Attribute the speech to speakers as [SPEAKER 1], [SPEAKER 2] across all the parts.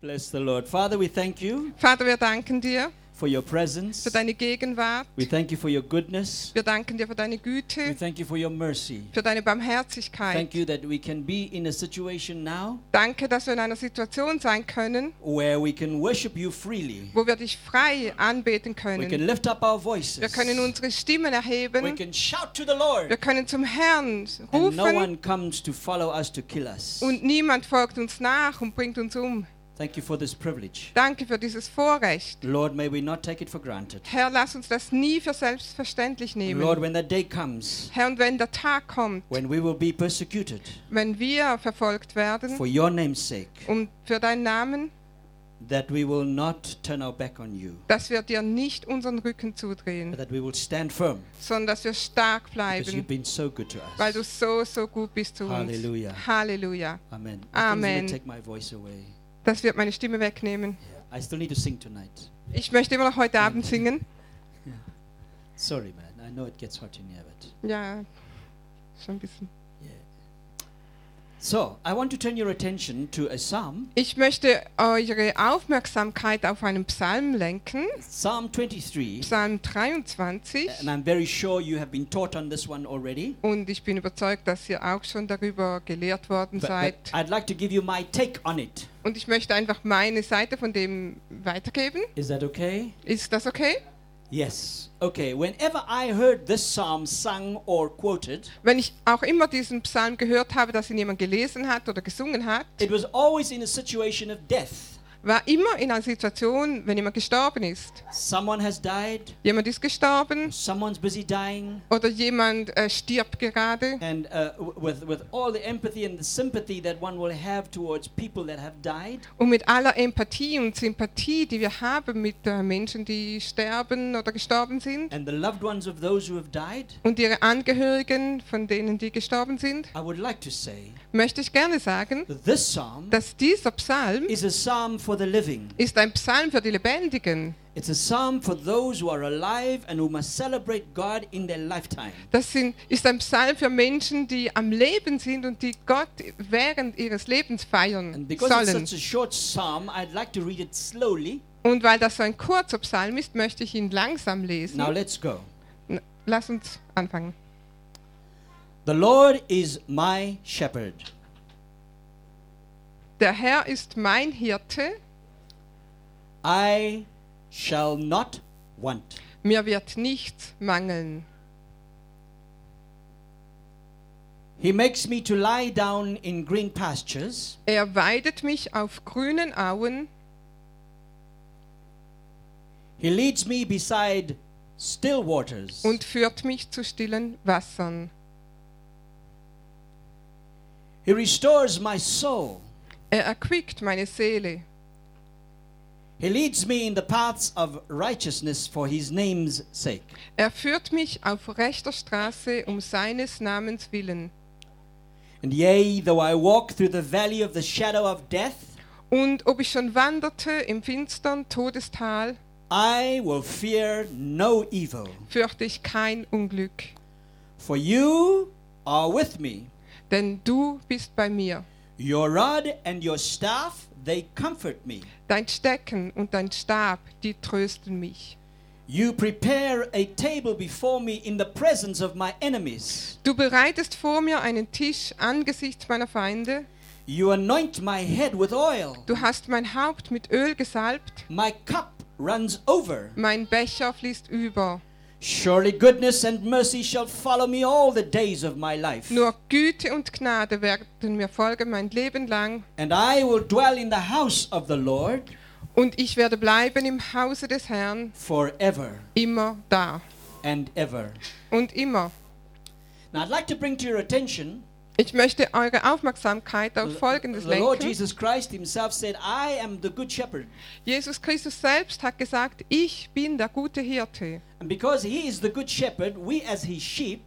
[SPEAKER 1] Bless the Lord. Father, we thank you
[SPEAKER 2] Vater, wir danken dir
[SPEAKER 1] for your presence.
[SPEAKER 2] für deine Gegenwart.
[SPEAKER 1] We thank you for your goodness.
[SPEAKER 2] Wir danken dir für deine
[SPEAKER 1] We
[SPEAKER 2] Güte,
[SPEAKER 1] thank you for your mercy.
[SPEAKER 2] für
[SPEAKER 1] Thank
[SPEAKER 2] deine Barmherzigkeit.
[SPEAKER 1] you that we can be in a situation now
[SPEAKER 2] Danke, dass wir in einer Situation sein können,
[SPEAKER 1] where we can worship you freely.
[SPEAKER 2] wo wir dich frei anbeten
[SPEAKER 1] We
[SPEAKER 2] können.
[SPEAKER 1] can lift up our
[SPEAKER 2] Wir
[SPEAKER 1] voices.
[SPEAKER 2] können unsere Stimmen
[SPEAKER 1] We
[SPEAKER 2] erheben.
[SPEAKER 1] can shout to the
[SPEAKER 2] Wir
[SPEAKER 1] Lord.
[SPEAKER 2] können zum Herrn
[SPEAKER 1] And no
[SPEAKER 2] rufen
[SPEAKER 1] one comes to follow us to kill us.
[SPEAKER 2] und niemand folgt uns nach und bringt uns um.
[SPEAKER 1] Thank you for this privilege.
[SPEAKER 2] Danke für dieses Vorrecht.
[SPEAKER 1] Lord, may we not take it for granted.
[SPEAKER 2] Herr, lass uns das nie für selbstverständlich
[SPEAKER 1] Lord,
[SPEAKER 2] nehmen.
[SPEAKER 1] when that day comes,
[SPEAKER 2] Herr, und wenn der Tag kommt,
[SPEAKER 1] when we will be persecuted
[SPEAKER 2] wenn wir verfolgt werden,
[SPEAKER 1] for your name's sake,
[SPEAKER 2] um für deinen Namen,
[SPEAKER 1] that we will not turn our back on you,
[SPEAKER 2] dass wir dir nicht unseren Rücken
[SPEAKER 1] but
[SPEAKER 2] zudrehen,
[SPEAKER 1] that we will stand firm
[SPEAKER 2] sondern dass wir stark
[SPEAKER 1] because you've
[SPEAKER 2] bleiben,
[SPEAKER 1] been so good to
[SPEAKER 2] weil du
[SPEAKER 1] us.
[SPEAKER 2] so, so gut bist zu uns.
[SPEAKER 1] Halleluja.
[SPEAKER 2] Halleluja.
[SPEAKER 1] Amen. I think they
[SPEAKER 2] Amen.
[SPEAKER 1] take my voice away.
[SPEAKER 2] Das wird meine Stimme wegnehmen.
[SPEAKER 1] I still need to sing tonight.
[SPEAKER 2] Ich möchte immer noch heute Abend singen.
[SPEAKER 1] Sorry, man. I know it gets hot in here, but
[SPEAKER 2] Ja, schon ein bisschen.
[SPEAKER 1] so I want to turn your attention to a psalm,
[SPEAKER 2] Ich möchte eure Aufmerksamkeit auf einen Psalm lenken,
[SPEAKER 1] Psalm 23,
[SPEAKER 2] Psalm 23.
[SPEAKER 1] and I'm very sure you have been taught on this one already.
[SPEAKER 2] Und ich bin überzeugt, dass ihr auch schon darüber gelehrt worden
[SPEAKER 1] But, but
[SPEAKER 2] seid.
[SPEAKER 1] I'd like to give you my take on it.
[SPEAKER 2] Und ich möchte einfach meine Seite von dem weitergeben.
[SPEAKER 1] Is that okay?
[SPEAKER 2] Ist das okay?
[SPEAKER 1] Yes. Okay, whenever I heard this psalm sung or quoted,
[SPEAKER 2] Wenn ich auch immer diesen Psalm gehört habe, dass ihn jemand gelesen hat oder gesungen hat,
[SPEAKER 1] it was always in a situation of death.
[SPEAKER 2] war immer in einer Situation, wenn jemand gestorben ist.
[SPEAKER 1] Someone has died,
[SPEAKER 2] Jemand ist gestorben
[SPEAKER 1] someone's busy dying,
[SPEAKER 2] oder jemand äh, stirbt gerade.
[SPEAKER 1] and uh, w- with, with all the empathy and the sympathy that one will have towards people that have died,
[SPEAKER 2] Und mit aller Empathie und Sympathie, die wir haben mit äh, Menschen, die sterben oder gestorben sind
[SPEAKER 1] and the loved ones of those who have died,
[SPEAKER 2] und ihre Angehörigen, von denen die gestorben sind,
[SPEAKER 1] I would like to say
[SPEAKER 2] möchte ich gerne sagen,
[SPEAKER 1] that this psalm
[SPEAKER 2] dass dieser Psalm
[SPEAKER 1] is a psalm for the living.
[SPEAKER 2] ist ein Psalm für die Lebendigen.
[SPEAKER 1] It's a psalm for those who are alive and who must celebrate God in their lifetime.
[SPEAKER 2] Das sind, ist ein Psalm für Menschen, die am Leben sind und die Gott während ihres Lebens feiern
[SPEAKER 1] And because it's
[SPEAKER 2] sollen.
[SPEAKER 1] such a short psalm, I'd like to read it slowly.
[SPEAKER 2] Und weil das so ein kurzer Psalm ist, möchte ich ihn langsam lesen.
[SPEAKER 1] Now let's go.
[SPEAKER 2] N- Lass uns anfangen.
[SPEAKER 1] The Lord is my shepherd.
[SPEAKER 2] Der Herr ist mein Hirte,
[SPEAKER 1] I shall not want.
[SPEAKER 2] mir wird nichts mangeln.
[SPEAKER 1] He makes me to lie down in green pastures.
[SPEAKER 2] Er weidet mich auf grünen Auen,
[SPEAKER 1] He leads me beside still waters.
[SPEAKER 2] und führt mich zu stillen Wassern.
[SPEAKER 1] He restores my soul.
[SPEAKER 2] Er erquickt meine Seele.
[SPEAKER 1] He leads me in the paths of righteousness for his name's sake.
[SPEAKER 2] Er führt mich auf rechter Straße um seines Namens willen.
[SPEAKER 1] And yea, though I walk through the valley of the shadow of death,
[SPEAKER 2] Und ob ich schon wanderte im finstern Todestal,
[SPEAKER 1] I will fear no evil.
[SPEAKER 2] fürchte ich kein Unglück,
[SPEAKER 1] For you are with me.
[SPEAKER 2] denn du bist bei mir.
[SPEAKER 1] Your rod and your staff, they comfort me.
[SPEAKER 2] Dein Stecken und dein Stab, die trösten mich.
[SPEAKER 1] You prepare a table before me in the presence of my enemies.
[SPEAKER 2] Du bereitest vor mir einen Tisch angesichts meiner Feinde.
[SPEAKER 1] You anoint my head with oil.
[SPEAKER 2] Du hast mein Haupt mit Öl gesalbt.
[SPEAKER 1] My cup runs over.
[SPEAKER 2] Mein Becher fließt über.
[SPEAKER 1] Surely goodness and mercy shall follow me all the days of my life.
[SPEAKER 2] Nur Güte und Gnade werden mir folgen mein Leben lang.
[SPEAKER 1] And I will dwell in the house of the Lord
[SPEAKER 2] Und ich werde bleiben im Hause des Herrn
[SPEAKER 1] forever
[SPEAKER 2] immer da
[SPEAKER 1] and ever.
[SPEAKER 2] und immer.
[SPEAKER 1] Now I'd like to bring to your attention
[SPEAKER 2] Ich möchte eure Aufmerksamkeit auf Folgendes
[SPEAKER 1] the Lord
[SPEAKER 2] lenken.
[SPEAKER 1] Jesus Christ himself said, I am the good shepherd.
[SPEAKER 2] Jesus Christus selbst hat gesagt, ich bin der gute Hirte.
[SPEAKER 1] And because he is the good shepherd, we as his sheep,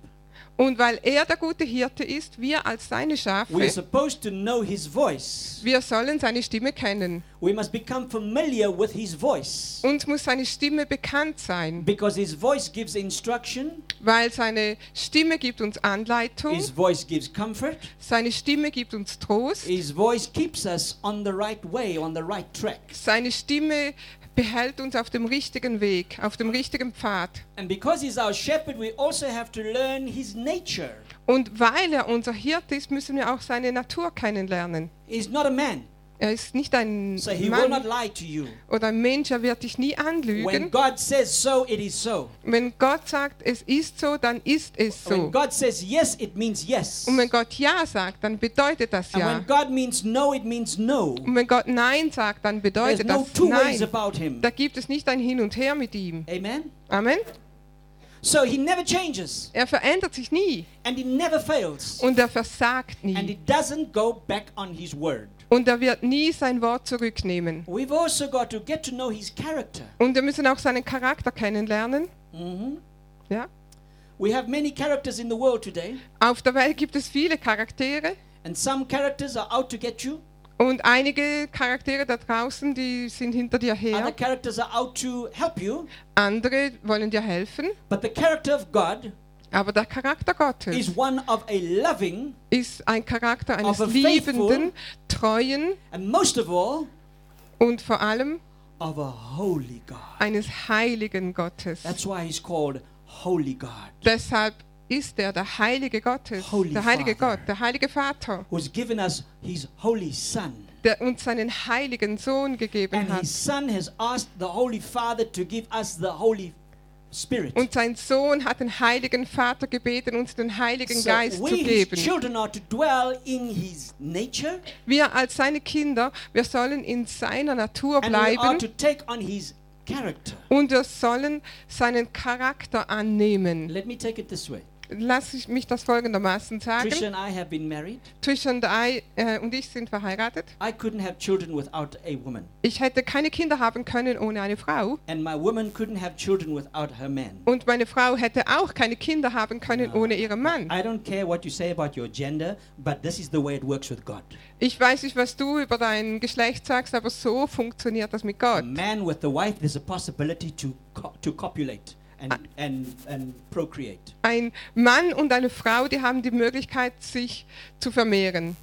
[SPEAKER 2] Und weil er der gute Hirte ist, wir als seine
[SPEAKER 1] we are
[SPEAKER 2] Schafe,
[SPEAKER 1] supposed to know his voice.
[SPEAKER 2] wir sollen seine Stimme kennen.
[SPEAKER 1] we must become familiar with his voice.
[SPEAKER 2] Uns muss seine Stimme bekannt sein,
[SPEAKER 1] Because his voice gives instruction,
[SPEAKER 2] weil seine Stimme gibt uns Anleitung,
[SPEAKER 1] his voice gives comfort,
[SPEAKER 2] seine Stimme gibt uns Trost,
[SPEAKER 1] his voice keeps us on the right way, on the right track.
[SPEAKER 2] seine Stimme behält uns auf dem richtigen Weg, auf dem richtigen Pfad.
[SPEAKER 1] And because he's our shepherd, we also have to learn his nature.
[SPEAKER 2] Und weil er unser Hirte ist, müssen wir auch seine Natur kennenlernen.
[SPEAKER 1] He's not a man,
[SPEAKER 2] Er ist nicht ein
[SPEAKER 1] so he will not
[SPEAKER 2] Mann
[SPEAKER 1] lie to you.
[SPEAKER 2] oder ein Mensch, er wird dich nie
[SPEAKER 1] When
[SPEAKER 2] anlügen.
[SPEAKER 1] God says so, it is so.
[SPEAKER 2] Wenn Gott sagt, es ist so, dann ist es
[SPEAKER 1] When
[SPEAKER 2] so. Oh
[SPEAKER 1] God says yes, it means yes.
[SPEAKER 2] Und wenn Gott Ja sagt, dann bedeutet das
[SPEAKER 1] And when
[SPEAKER 2] Ja.
[SPEAKER 1] God means no, it means no.
[SPEAKER 2] Und wenn Gott Nein sagt, dann
[SPEAKER 1] There's
[SPEAKER 2] bedeutet
[SPEAKER 1] no
[SPEAKER 2] das
[SPEAKER 1] two ways
[SPEAKER 2] Nein.
[SPEAKER 1] about him.
[SPEAKER 2] Da gibt es nicht ein Hin und Her mit ihm.
[SPEAKER 1] Amen?
[SPEAKER 2] Amen.
[SPEAKER 1] So he never changes,
[SPEAKER 2] Er verändert sich nie
[SPEAKER 1] and he never fails,
[SPEAKER 2] und er versagt
[SPEAKER 1] and he
[SPEAKER 2] nie.
[SPEAKER 1] doesn't go back on his word.
[SPEAKER 2] Und er wird nie sein Wort zurücknehmen.
[SPEAKER 1] We've also got to get to know his character.
[SPEAKER 2] Und wir müssen auch seinen Charakter kennenlernen.
[SPEAKER 1] Mhm.
[SPEAKER 2] Ja?
[SPEAKER 1] We have many characters in the world today,
[SPEAKER 2] Auf der Welt gibt es viele Charaktere
[SPEAKER 1] and some characters are out to get you,
[SPEAKER 2] und einige Charaktere da draußen, die sind hinter dir
[SPEAKER 1] other
[SPEAKER 2] her.
[SPEAKER 1] characters are out to help you.
[SPEAKER 2] Andere wollen dir helfen.
[SPEAKER 1] But the character of God
[SPEAKER 2] Aber der Charakter
[SPEAKER 1] is
[SPEAKER 2] Gottes
[SPEAKER 1] one of a loving,
[SPEAKER 2] ist ein Charakter eines
[SPEAKER 1] Aber
[SPEAKER 2] liebenden, treuen
[SPEAKER 1] and most of all,
[SPEAKER 2] und vor allem
[SPEAKER 1] of a holy God.
[SPEAKER 2] eines heiligen Gottes.
[SPEAKER 1] That's why he's called Holy God,
[SPEAKER 2] Deshalb ist er der heilige Gottes,
[SPEAKER 1] Holy
[SPEAKER 2] der heilige
[SPEAKER 1] Father.
[SPEAKER 2] Gott, der heilige Vater,
[SPEAKER 1] who's given us his holy Son.
[SPEAKER 2] der uns seinen heiligen Sohn gegeben
[SPEAKER 1] And his
[SPEAKER 2] hat.
[SPEAKER 1] son has asked the Holy Father to give us the Holy Spirit.
[SPEAKER 2] Und sein Sohn hat den heiligen Vater gebeten, uns den heiligen
[SPEAKER 1] So
[SPEAKER 2] Geist zu
[SPEAKER 1] we, his
[SPEAKER 2] geben.
[SPEAKER 1] children, are to dwell in his nature
[SPEAKER 2] Wir als seine Kinder, wir sollen in seiner Natur
[SPEAKER 1] and we are
[SPEAKER 2] bleiben
[SPEAKER 1] to take on his character.
[SPEAKER 2] und wir sollen seinen Charakter annehmen.
[SPEAKER 1] Let me take it this way.
[SPEAKER 2] Lass ich mich das folgendermaßen
[SPEAKER 1] Trisha and
[SPEAKER 2] sagen.
[SPEAKER 1] I have been married.
[SPEAKER 2] Trish und, I, äh, und ich sind verheiratet.
[SPEAKER 1] I couldn't have children without a woman,
[SPEAKER 2] Ich hätte keine Kinder haben können ohne eine Frau.
[SPEAKER 1] and my woman couldn't have children without her man.
[SPEAKER 2] Und meine Frau hätte auch keine Kinder haben können ohne ihren Mann.
[SPEAKER 1] I don't care what you say about your gender, but this is the way it works with God.
[SPEAKER 2] Ich weiß nicht, was du über dein Geschlecht sagst, aber so funktioniert das mit
[SPEAKER 1] A
[SPEAKER 2] Gott.
[SPEAKER 1] man with a wife, there's a possibility to co- to copulate and, and, and procreate.
[SPEAKER 2] Ein Mann und eine Frau, die haben die Möglichkeit, sich zu vermehren.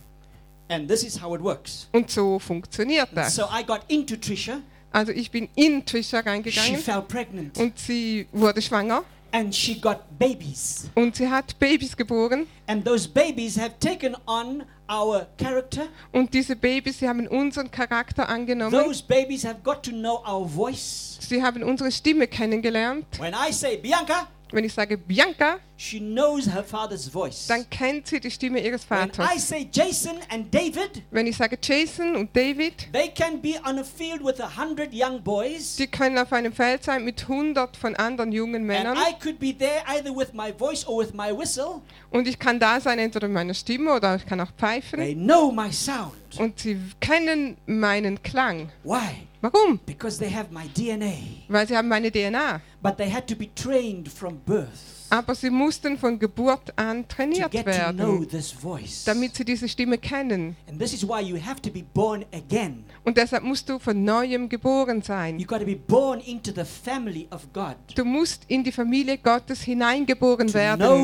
[SPEAKER 1] And this is how it works.
[SPEAKER 2] Und so funktioniert das.
[SPEAKER 1] So I got into Trisha.
[SPEAKER 2] Also ich bin in Trisha
[SPEAKER 1] She
[SPEAKER 2] reingegangen
[SPEAKER 1] fell pregnant
[SPEAKER 2] und sie wurde schwanger
[SPEAKER 1] and she got babies.
[SPEAKER 2] und sie hat Babys geboren
[SPEAKER 1] And those babies have taken on our character.
[SPEAKER 2] und diese Babys, sie haben unseren Charakter angenommen.
[SPEAKER 1] Those babies have got to know our voice.
[SPEAKER 2] Sie haben unsere Stimme kennengelernt.
[SPEAKER 1] When I say Bianca,
[SPEAKER 2] Wenn ich sage Bianca,
[SPEAKER 1] she knows her father's voice.
[SPEAKER 2] dann kennt sie die Stimme ihres
[SPEAKER 1] When I
[SPEAKER 2] Vaters.
[SPEAKER 1] say Jason and David,
[SPEAKER 2] Wenn ich sage Jason und David,
[SPEAKER 1] they can be on a field with a hundred young boys.
[SPEAKER 2] sie können auf einem Feld sein mit 100 von anderen jungen
[SPEAKER 1] And
[SPEAKER 2] Männern
[SPEAKER 1] I could be there either with my voice or with my whistle.
[SPEAKER 2] und ich kann da sein, entweder mit meiner Stimme oder ich kann auch pfeifen.
[SPEAKER 1] They know my sound.
[SPEAKER 2] Und sie kennen meinen Klang.
[SPEAKER 1] Why?
[SPEAKER 2] Warum?
[SPEAKER 1] Because they have my DNA.
[SPEAKER 2] Weil sie haben meine DNA.
[SPEAKER 1] But they had to be trained from birth
[SPEAKER 2] Aber sie mussten von Geburt an
[SPEAKER 1] to
[SPEAKER 2] trainiert
[SPEAKER 1] get to know
[SPEAKER 2] werden,
[SPEAKER 1] this voice.
[SPEAKER 2] damit sie diese Stimme kennen.
[SPEAKER 1] And this is why you have to be born again.
[SPEAKER 2] Und deshalb musst du von neuem geboren sein.
[SPEAKER 1] You've got to be born into the family of God.
[SPEAKER 2] Du musst in die Familie Gottes hineingeboren
[SPEAKER 1] To know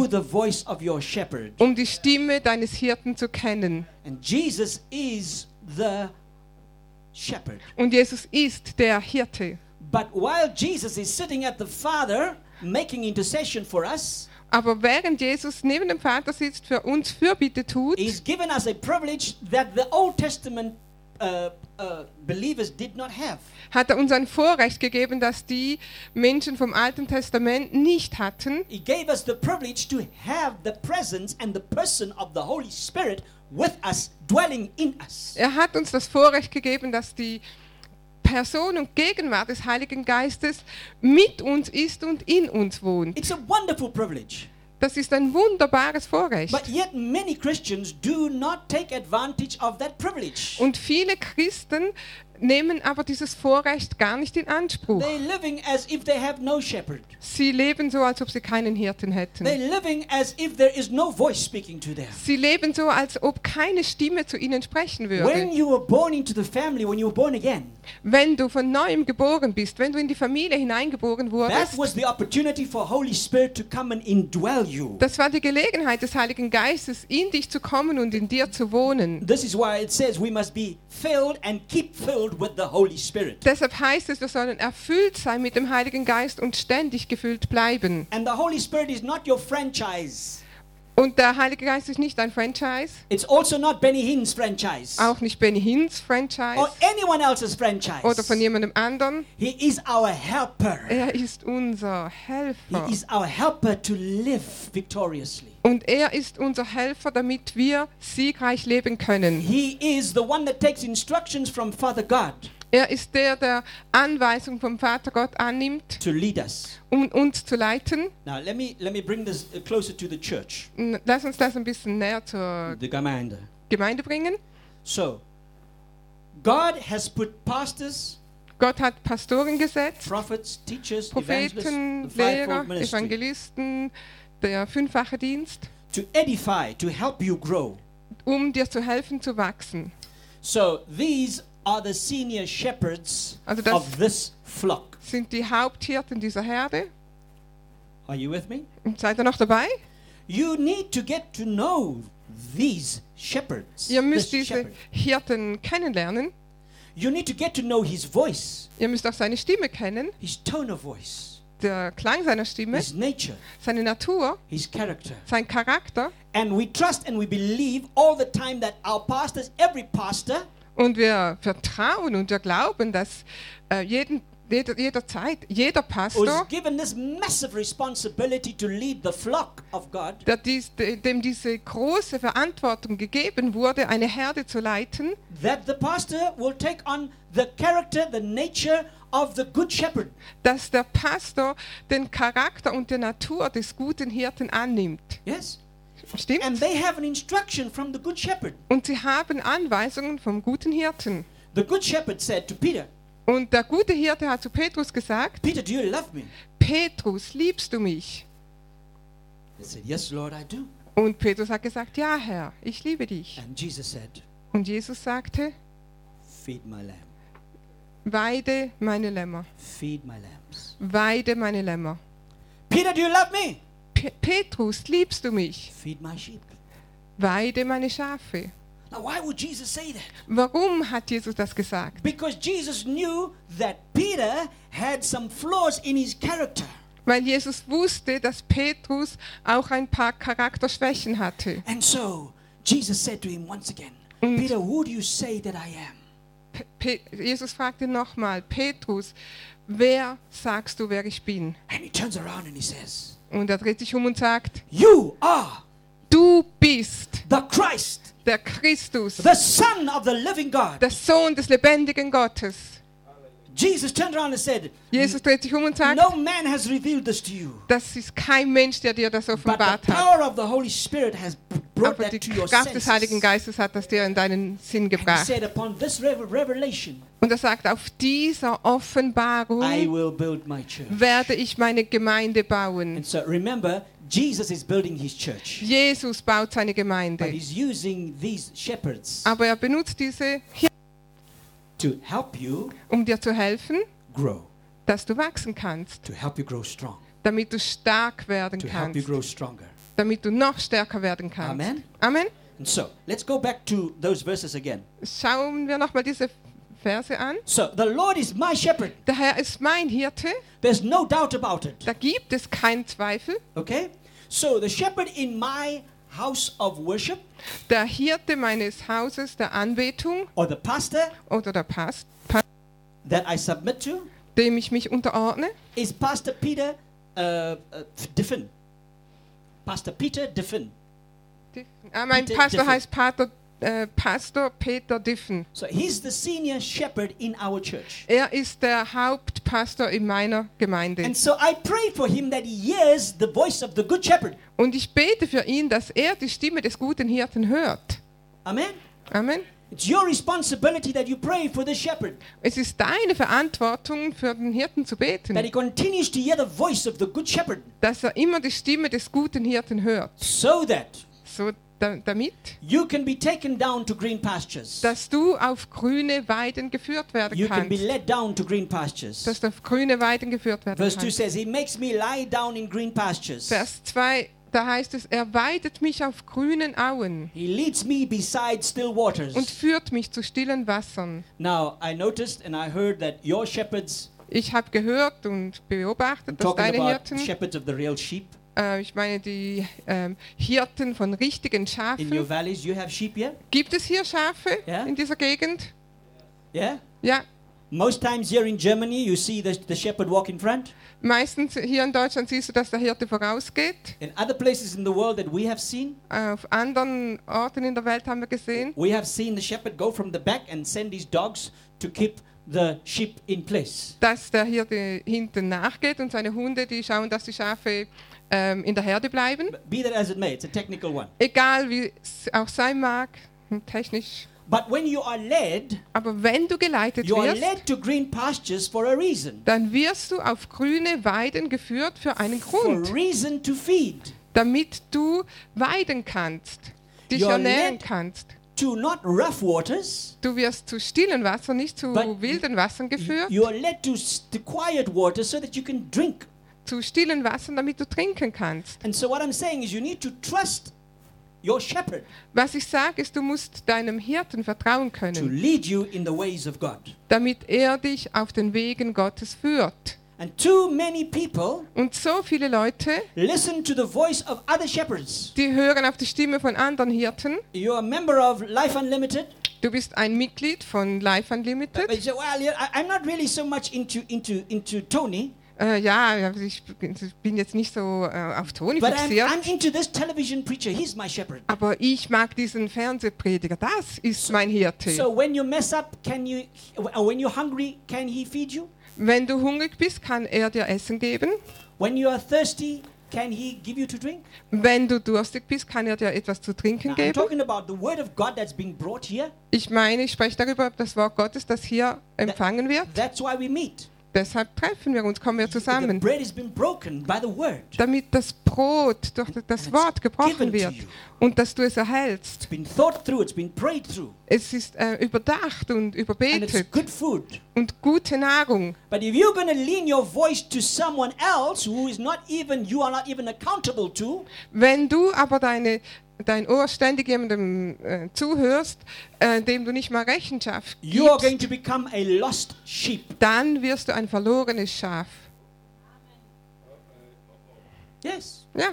[SPEAKER 2] werden,
[SPEAKER 1] the voice of your shepherd.
[SPEAKER 2] um die Stimme deines Hirten zu kennen.
[SPEAKER 1] And Jesus is the shepherd.
[SPEAKER 2] Und Jesus ist der Hirte.
[SPEAKER 1] But while Jesus is sitting at the Father making intercession for us,
[SPEAKER 2] Aber während Jesus neben dem Vater sitzt, für uns Fürbitte tut,
[SPEAKER 1] he's given us a privilege that the Old Testament uh, uh, believers did not have.
[SPEAKER 2] hat er uns ein Vorrecht gegeben, das die Menschen vom Alten Testament nicht hatten.
[SPEAKER 1] He gave us the privilege to have the presence and the person of the Holy Spirit with us, dwelling in us.
[SPEAKER 2] Er hat uns das Vorrecht gegeben, dass die Person und Gegenwart des Heiligen Geistes mit uns ist und in uns wohnt.
[SPEAKER 1] It's a wonderful privilege.
[SPEAKER 2] Das ist ein wunderbares Vorrecht.
[SPEAKER 1] But yet, many Christians do not take advantage of that privilege.
[SPEAKER 2] Und viele Christen nehmen aber dieses Vorrecht gar nicht in Anspruch.
[SPEAKER 1] They're living as if they have no shepherd.
[SPEAKER 2] Sie leben so, als ob sie keinen Hirten hätten.
[SPEAKER 1] They're living as if there is no voice speaking to them.
[SPEAKER 2] Sie leben so, als ob keine Stimme zu ihnen sprechen
[SPEAKER 1] When
[SPEAKER 2] würde.
[SPEAKER 1] you were born into the family, when you were born again,
[SPEAKER 2] Wenn du von neuem geboren bist, wenn du in die Familie hineingeboren
[SPEAKER 1] that
[SPEAKER 2] wurdest,
[SPEAKER 1] was the opportunity for Holy Spirit to come and indwell you.
[SPEAKER 2] das war die Gelegenheit des Heiligen Geistes, in dich zu kommen und in dir zu wohnen.
[SPEAKER 1] This is why it says we must be filled and keep filled with the Holy Spirit.
[SPEAKER 2] Deshalb heißt es, wir sollen erfüllt sein mit dem Heiligen Geist und ständig gefüllt bleiben.
[SPEAKER 1] And the Holy Spirit is not your franchise.
[SPEAKER 2] Und der Heilige Geist ist nicht ein Franchise,
[SPEAKER 1] It's also not Benny Hinn's franchise
[SPEAKER 2] auch nicht Benny Hins
[SPEAKER 1] or
[SPEAKER 2] Franchise
[SPEAKER 1] anyone else's franchise.
[SPEAKER 2] oder von jemandem anderen.
[SPEAKER 1] He is our helper.
[SPEAKER 2] Er ist unser
[SPEAKER 1] He
[SPEAKER 2] Helfer.
[SPEAKER 1] is our helper to live victoriously.
[SPEAKER 2] Und er ist unser Helfer, damit wir siegreich leben können.
[SPEAKER 1] He is the one that takes instructions from Father God
[SPEAKER 2] Er ist der, der Anweisungen vom Vater Gott annimmt,
[SPEAKER 1] to lead us.
[SPEAKER 2] um uns zu leiten.
[SPEAKER 1] Now let me let me bring this uh, closer to the church,
[SPEAKER 2] N- Lass uns das ein bisschen näher zur
[SPEAKER 1] the commander.
[SPEAKER 2] Gemeinde bringen.
[SPEAKER 1] So God has put pastors,
[SPEAKER 2] Gott hat Pastoren gesetzt,
[SPEAKER 1] prophets, teachers,
[SPEAKER 2] Propheten,
[SPEAKER 1] evangelists, the fivefold
[SPEAKER 2] Lehrer,
[SPEAKER 1] ministry
[SPEAKER 2] Evangelisten, der fünffache Dienst,
[SPEAKER 1] to edify, to help you grow.
[SPEAKER 2] um dir zu helfen zu wachsen.
[SPEAKER 1] So these are the senior shepherds
[SPEAKER 2] Also das-
[SPEAKER 1] of this flock.
[SPEAKER 2] Sind die Haupthirten dieser Herde?
[SPEAKER 1] Are you with me?
[SPEAKER 2] Seid ihr noch dabei?
[SPEAKER 1] You need to get to know these shepherds.
[SPEAKER 2] Ihr müsst
[SPEAKER 1] this
[SPEAKER 2] diese
[SPEAKER 1] shepherd.
[SPEAKER 2] Hirten kennenlernen.
[SPEAKER 1] You need to get to know his voice,
[SPEAKER 2] Ihr müsst auch seine Stimme kennen,
[SPEAKER 1] his tone of voice,
[SPEAKER 2] der Klang seiner Stimme,
[SPEAKER 1] his nature,
[SPEAKER 2] seine Natur,
[SPEAKER 1] his character.
[SPEAKER 2] sein Charakter.
[SPEAKER 1] And we trust and we believe all the time that our pastors, every pastor,
[SPEAKER 2] Und wir vertrauen und wir glauben, dass äh, jeden, jeder, jederzeit jeder
[SPEAKER 1] was
[SPEAKER 2] Pastor,
[SPEAKER 1] given this massive responsibility to lead the flock of God,
[SPEAKER 2] der dies, de- dem diese große Verantwortung gegeben wurde, eine Herde zu leiten,
[SPEAKER 1] that the pastor will take on the character, the nature of the good shepherd.
[SPEAKER 2] dass der Pastor den Charakter und die Natur des guten Hirten annimmt.
[SPEAKER 1] Yes? And
[SPEAKER 2] Stimmt?
[SPEAKER 1] they have an instruction from the good shepherd.
[SPEAKER 2] Und sie haben Anweisungen vom guten Hirten.
[SPEAKER 1] The good shepherd said to Peter,
[SPEAKER 2] Und der gute Hirte hat zu Petrus gesagt,
[SPEAKER 1] Peter, do you love me?
[SPEAKER 2] Petrus, liebst du mich?
[SPEAKER 1] He said, Yes, Lord, I do.
[SPEAKER 2] Und Petrus hat gesagt, ja Herr, ich liebe dich.
[SPEAKER 1] And Jesus said,
[SPEAKER 2] Und Jesus sagte,
[SPEAKER 1] Feed my lamb.
[SPEAKER 2] weide meine Lämmer,
[SPEAKER 1] Feed my lambs.
[SPEAKER 2] weide meine Lämmer.
[SPEAKER 1] Peter, do you love me?
[SPEAKER 2] Pe Petrus, liebst du mich?
[SPEAKER 1] Feed my sheep.
[SPEAKER 2] Weide meine Schafe.
[SPEAKER 1] Now, why would Jesus say that?
[SPEAKER 2] Warum hat Jesus das gesagt?
[SPEAKER 1] Because Jesus knew that Peter had some flaws in his character.
[SPEAKER 2] Weil Jesus wusste, dass Petrus auch ein paar Charakterschwächen hatte.
[SPEAKER 1] And so Jesus said to him once again,
[SPEAKER 2] Und-
[SPEAKER 1] Peter, who do you say that I am?
[SPEAKER 2] Pe Pe Jesus fragte nochmal, Petrus, wer sagst du, wer ich bin?
[SPEAKER 1] And he turns around and he says,
[SPEAKER 2] Und er dreht sich um und sagt,
[SPEAKER 1] You are
[SPEAKER 2] du bist
[SPEAKER 1] the Christ,
[SPEAKER 2] der Christus,
[SPEAKER 1] the Son of the living God.
[SPEAKER 2] der Sohn des lebendigen Gottes.
[SPEAKER 1] Jesus turned around and said,
[SPEAKER 2] Jesus dreht sich um und sagt,
[SPEAKER 1] No man has revealed this to you.
[SPEAKER 2] das ist kein Mensch, der dir das
[SPEAKER 1] But
[SPEAKER 2] offenbart
[SPEAKER 1] the
[SPEAKER 2] hat.
[SPEAKER 1] power of the Holy Spirit has b- brought
[SPEAKER 2] Aber
[SPEAKER 1] that
[SPEAKER 2] die
[SPEAKER 1] to your
[SPEAKER 2] Kraft des Heiligen
[SPEAKER 1] senses. And
[SPEAKER 2] Geistes hat das dir in deinen Sinn
[SPEAKER 1] he
[SPEAKER 2] gebracht.
[SPEAKER 1] said, upon this rev- revelation,
[SPEAKER 2] Und er sagt, auf dieser
[SPEAKER 1] I
[SPEAKER 2] Offenbarung
[SPEAKER 1] will build my church.
[SPEAKER 2] werde ich meine Gemeinde bauen.
[SPEAKER 1] And so remember, Jesus is building his church.
[SPEAKER 2] Jesus baut seine
[SPEAKER 1] But
[SPEAKER 2] Gemeinde.
[SPEAKER 1] he's using these shepherds
[SPEAKER 2] Aber er benutzt diese hier,
[SPEAKER 1] to help you
[SPEAKER 2] um dir zu helfen,
[SPEAKER 1] grow,
[SPEAKER 2] dass du wachsen kannst,
[SPEAKER 1] to help you grow strong,
[SPEAKER 2] damit du stark werden
[SPEAKER 1] to help you
[SPEAKER 2] kannst,
[SPEAKER 1] grow stronger.
[SPEAKER 2] damit du noch stärker werden kannst.
[SPEAKER 1] Amen.
[SPEAKER 2] Amen.
[SPEAKER 1] And so let's go back to those verses again.
[SPEAKER 2] Schauen wir nochmal diese Verse an.
[SPEAKER 1] So the Lord is my shepherd.
[SPEAKER 2] Der Herr ist mein Hirte,
[SPEAKER 1] There's no doubt about it.
[SPEAKER 2] da gibt es keinen Zweifel.
[SPEAKER 1] Okay? So the shepherd in my house of worship,
[SPEAKER 2] Der Hirte meines Hauses der Anbetung
[SPEAKER 1] or the pastor
[SPEAKER 2] oder der Past, Pa-
[SPEAKER 1] that I submit to,
[SPEAKER 2] dem ich mich unterordne,
[SPEAKER 1] is Pastor Peter uh, uh, Diffin. Pastor Peter Diffin.
[SPEAKER 2] Die- Ah, mein
[SPEAKER 1] Bitte,
[SPEAKER 2] Ah, Pastor
[SPEAKER 1] Diffin.
[SPEAKER 2] heißt Pater äh, Pastor Peter Diffen.
[SPEAKER 1] So he's the senior shepherd in our church.
[SPEAKER 2] Er ist der Hauptpastor in meiner Gemeinde.
[SPEAKER 1] And so I pray for him that he hears the voice of the good shepherd.
[SPEAKER 2] Und ich bete für ihn, dass er die Stimme des guten Hirten hört.
[SPEAKER 1] Amen.
[SPEAKER 2] Amen.
[SPEAKER 1] It's your responsibility that you pray for the shepherd,
[SPEAKER 2] Es ist deine Verantwortung, für den Hirten zu
[SPEAKER 1] that he
[SPEAKER 2] beten,
[SPEAKER 1] continues to hear the voice of the good shepherd,
[SPEAKER 2] dass er immer die Stimme des guten Hirten hört.
[SPEAKER 1] so that
[SPEAKER 2] So da, damit,
[SPEAKER 1] you can be taken down to green pastures.
[SPEAKER 2] dass du auf grüne Weiden geführt werden
[SPEAKER 1] You can be
[SPEAKER 2] kannst.
[SPEAKER 1] led down to green pastures.
[SPEAKER 2] Dass du auf grüne Weiden geführt werden
[SPEAKER 1] Verse 2
[SPEAKER 2] kannst.
[SPEAKER 1] says, He makes me lie down in green pastures.
[SPEAKER 2] Vers 2, da heißt es, er weidet mich auf grünen Auen
[SPEAKER 1] He leads me beside still waters.
[SPEAKER 2] und führt mich zu stillen Wassern.
[SPEAKER 1] Now, I noticed and I heard that your shepherds,
[SPEAKER 2] Ich habe gehört und beobachtet, dass
[SPEAKER 1] talking
[SPEAKER 2] deine
[SPEAKER 1] about
[SPEAKER 2] Hirten,
[SPEAKER 1] shepherds of the real sheep
[SPEAKER 2] äh, ich meine die ähm, Hirten von richtigen
[SPEAKER 1] in your
[SPEAKER 2] Schafen,
[SPEAKER 1] valleys, you have sheep here?
[SPEAKER 2] gibt es hier Schafe
[SPEAKER 1] Ja?
[SPEAKER 2] in dieser Gegend?
[SPEAKER 1] Yeah?
[SPEAKER 2] Ja,
[SPEAKER 1] Most times here in Germany, you see the, the shepherd walk in front.
[SPEAKER 2] meistens hier in Deutschland siehst du, dass der Hirte vorausgeht. Äh,
[SPEAKER 1] In other places in the world that we have seen,
[SPEAKER 2] Auf anderen Orten in der Welt haben wir gesehen,
[SPEAKER 1] we have seen the shepherd go from the back and send his dogs to keep the sheep in place.
[SPEAKER 2] dass der Hirte hinten nachgeht und seine Hunde, die schauen, dass die Schafe ähm, in der Herde bleiben.
[SPEAKER 1] But be that as it may, it's a technical one.
[SPEAKER 2] Egal wie es auch sein mag, hm, technisch.
[SPEAKER 1] But when you are led,
[SPEAKER 2] Aber wenn du geleitet
[SPEAKER 1] you are
[SPEAKER 2] wirst,
[SPEAKER 1] led to green pastures for a reason.
[SPEAKER 2] dann wirst du auf grüne Weiden geführt für einen
[SPEAKER 1] For
[SPEAKER 2] Grund,
[SPEAKER 1] a reason to feed,
[SPEAKER 2] damit du weiden kannst, dich
[SPEAKER 1] You're
[SPEAKER 2] ernähren
[SPEAKER 1] led-
[SPEAKER 2] kannst.
[SPEAKER 1] to not rough waters.
[SPEAKER 2] Du wirst zu stillen Wasser, nicht zu
[SPEAKER 1] But-
[SPEAKER 2] wilden Wassern geführt,
[SPEAKER 1] You are led to, s- to quiet water so that you can drink.
[SPEAKER 2] zu stillen Wassern, damit du trinken kannst.
[SPEAKER 1] And so what I'm saying is you need to trust your shepherd
[SPEAKER 2] Was ich sage, ist, du musst deinem Hirten vertrauen
[SPEAKER 1] to
[SPEAKER 2] können,
[SPEAKER 1] lead you in the ways of God.
[SPEAKER 2] damit er dich auf den Wegen Gottes führt.
[SPEAKER 1] And too many people
[SPEAKER 2] Und so viele Leute,
[SPEAKER 1] listen to the voice of other shepherds.
[SPEAKER 2] die hören auf die Stimme von anderen Hirten.
[SPEAKER 1] You're a member of Life Unlimited.
[SPEAKER 2] Du bist ein Mitglied von Life
[SPEAKER 1] But
[SPEAKER 2] Unlimited.
[SPEAKER 1] you say, well, yeah, I, I'm not really so much into, into, into Tony,
[SPEAKER 2] Äh, ja, also ich bin jetzt nicht so äh, auf Toni
[SPEAKER 1] but I'm,
[SPEAKER 2] fixiert.
[SPEAKER 1] I'm into this television preacher. He's my shepherd.
[SPEAKER 2] Aber ich mag diesen Fernsehprediger. Das ist mein
[SPEAKER 1] So
[SPEAKER 2] Hirte.
[SPEAKER 1] when you mess up, can you, or when you're hungry, can he feed you?
[SPEAKER 2] Wenn du hungrig bist, kann er dir Essen geben.
[SPEAKER 1] When you are thirsty, can he give you to drink?
[SPEAKER 2] Wenn du durstig bist, kann er dir etwas zu trinken
[SPEAKER 1] Now, I'm
[SPEAKER 2] geben.
[SPEAKER 1] talking about the word of God that's being brought here.
[SPEAKER 2] Ich meine, ich spreche darüber, ob das Wort Gottes, das hier empfangen wird.
[SPEAKER 1] That's why we meet.
[SPEAKER 2] Deshalb treffen wir uns, kommen wir
[SPEAKER 1] The
[SPEAKER 2] zusammen,
[SPEAKER 1] bread has been broken by the word. It's
[SPEAKER 2] damit das Brot durch das Wort gebrochen wird und dass du es erhältst.
[SPEAKER 1] been thought through, it's been prayed through,
[SPEAKER 2] Es ist äh, überdacht
[SPEAKER 1] and
[SPEAKER 2] und
[SPEAKER 1] it's
[SPEAKER 2] überbetet
[SPEAKER 1] good food.
[SPEAKER 2] und gute Nahrung.
[SPEAKER 1] But if you're going to lean your voice to someone else who is not even you are not even accountable to,
[SPEAKER 2] Wenn du aber deine, dein Ohr ständig jemandem äh, zuhörst, äh, dem du nicht mal Rechenschaft
[SPEAKER 1] you are going
[SPEAKER 2] gibst,
[SPEAKER 1] to become a lost sheep.
[SPEAKER 2] dann wirst du ein verlorenes Schaf.
[SPEAKER 1] Yes.
[SPEAKER 2] Ja,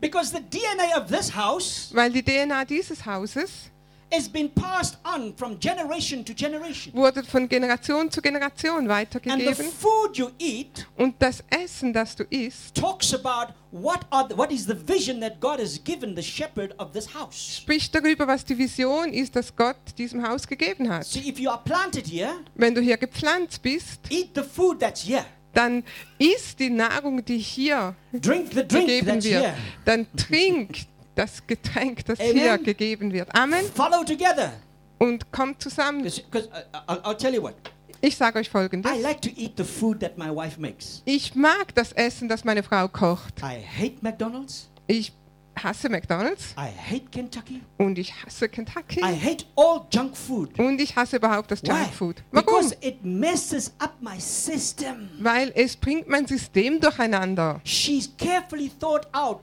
[SPEAKER 1] Because the DNA of this house
[SPEAKER 2] weil die DNA dieses Hauses
[SPEAKER 1] has been passed on from generation to generation.
[SPEAKER 2] wurde von Generation zu Generation
[SPEAKER 1] And the
[SPEAKER 2] weitergegeben
[SPEAKER 1] food you eat
[SPEAKER 2] und das Essen, das du isst,
[SPEAKER 1] talks about what are the, what is the vision that God has given the shepherd of this house.
[SPEAKER 2] spricht darüber, was die Vision ist, dass Gott diesem Haus gegeben hat.
[SPEAKER 1] See, if you are planted here,
[SPEAKER 2] Wenn du hier gepflanzt bist,
[SPEAKER 1] eat the food that's here.
[SPEAKER 2] dann isst die Nahrung, die hier
[SPEAKER 1] Drink the drink
[SPEAKER 2] gegeben
[SPEAKER 1] that's
[SPEAKER 2] wird.
[SPEAKER 1] here.
[SPEAKER 2] Dann trink das Getränk, das
[SPEAKER 1] Amen.
[SPEAKER 2] hier gegeben wird. Amen.
[SPEAKER 1] Follow together.
[SPEAKER 2] Und kommt zusammen.
[SPEAKER 1] Because I'll, uh, I'll tell you what,
[SPEAKER 2] Ich sage euch
[SPEAKER 1] I
[SPEAKER 2] Folgendes.
[SPEAKER 1] like to eat the food that my wife makes.
[SPEAKER 2] Ich mag das Essen, das meine Frau kocht.
[SPEAKER 1] I hate McDonald's.
[SPEAKER 2] Ich hasse McDonald's
[SPEAKER 1] I hate Kentucky.
[SPEAKER 2] und ich hasse Kentucky
[SPEAKER 1] I hate all junk food.
[SPEAKER 2] und ich hasse überhaupt das
[SPEAKER 1] Why?
[SPEAKER 2] Junkfood. Warum?
[SPEAKER 1] Because it messes up my system.
[SPEAKER 2] Weil es bringt mein System durcheinander.
[SPEAKER 1] She's carefully thought out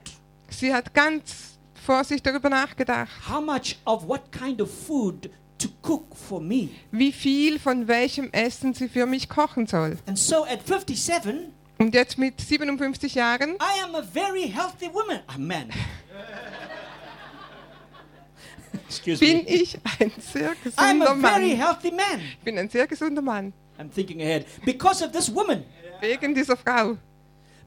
[SPEAKER 2] Sie hat ganz vorsichtig darüber nachgedacht,
[SPEAKER 1] how much of what kind of food to cook for me.
[SPEAKER 2] wie viel von welchem Essen sie für mich kochen soll.
[SPEAKER 1] And so at 57,
[SPEAKER 2] Und jetzt mit 57 Jahren
[SPEAKER 1] I am a very healthy woman. A man. Excuse
[SPEAKER 2] bin
[SPEAKER 1] me.
[SPEAKER 2] ich ein sehr
[SPEAKER 1] I'm a
[SPEAKER 2] gesunder
[SPEAKER 1] very
[SPEAKER 2] Mann.
[SPEAKER 1] healthy man.
[SPEAKER 2] Ich bin ein sehr gesunder Mann.
[SPEAKER 1] I'm thinking ahead. Because of this woman.
[SPEAKER 2] Wegen dieser Frau.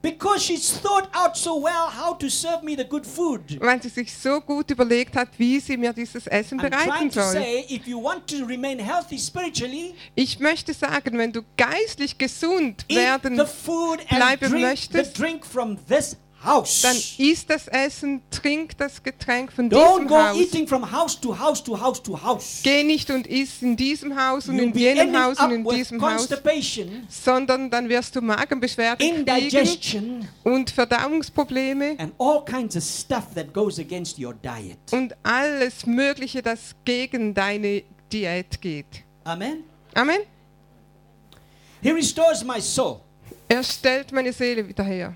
[SPEAKER 1] Because she's thought out so well how to serve me the good food.
[SPEAKER 2] weil sie sich so gut überlegt hat, wie sie mir dieses Essen
[SPEAKER 1] I'm trying
[SPEAKER 2] bereiten
[SPEAKER 1] to
[SPEAKER 2] soll.
[SPEAKER 1] say, if you want to remain healthy spiritually,
[SPEAKER 2] Ich möchte sagen, wenn du geistlich gesund
[SPEAKER 1] eat
[SPEAKER 2] werden,
[SPEAKER 1] the food and
[SPEAKER 2] bleiben
[SPEAKER 1] drink the
[SPEAKER 2] möchtest,
[SPEAKER 1] drink from this
[SPEAKER 2] dann
[SPEAKER 1] house.
[SPEAKER 2] isst das Essen, trink das Getränk von
[SPEAKER 1] Don't
[SPEAKER 2] diesem
[SPEAKER 1] go
[SPEAKER 2] Haus.
[SPEAKER 1] eating from house to house to house to house.
[SPEAKER 2] Geh nicht und isst in diesem Haus und
[SPEAKER 1] You'll
[SPEAKER 2] in
[SPEAKER 1] be
[SPEAKER 2] jenem
[SPEAKER 1] ending
[SPEAKER 2] Haus und
[SPEAKER 1] up
[SPEAKER 2] in
[SPEAKER 1] with
[SPEAKER 2] diesem Haus,
[SPEAKER 1] constipation,
[SPEAKER 2] sondern dann wirst du Magenbeschwerden kriegen
[SPEAKER 1] indigestion,
[SPEAKER 2] und Verdauungsprobleme
[SPEAKER 1] and all kinds of stuff that goes against your diet.
[SPEAKER 2] und alles Mögliche, das gegen deine Diät geht.
[SPEAKER 1] Amen.
[SPEAKER 2] Amen.
[SPEAKER 1] He restores my soul.
[SPEAKER 2] Er stellt meine Seele wieder her.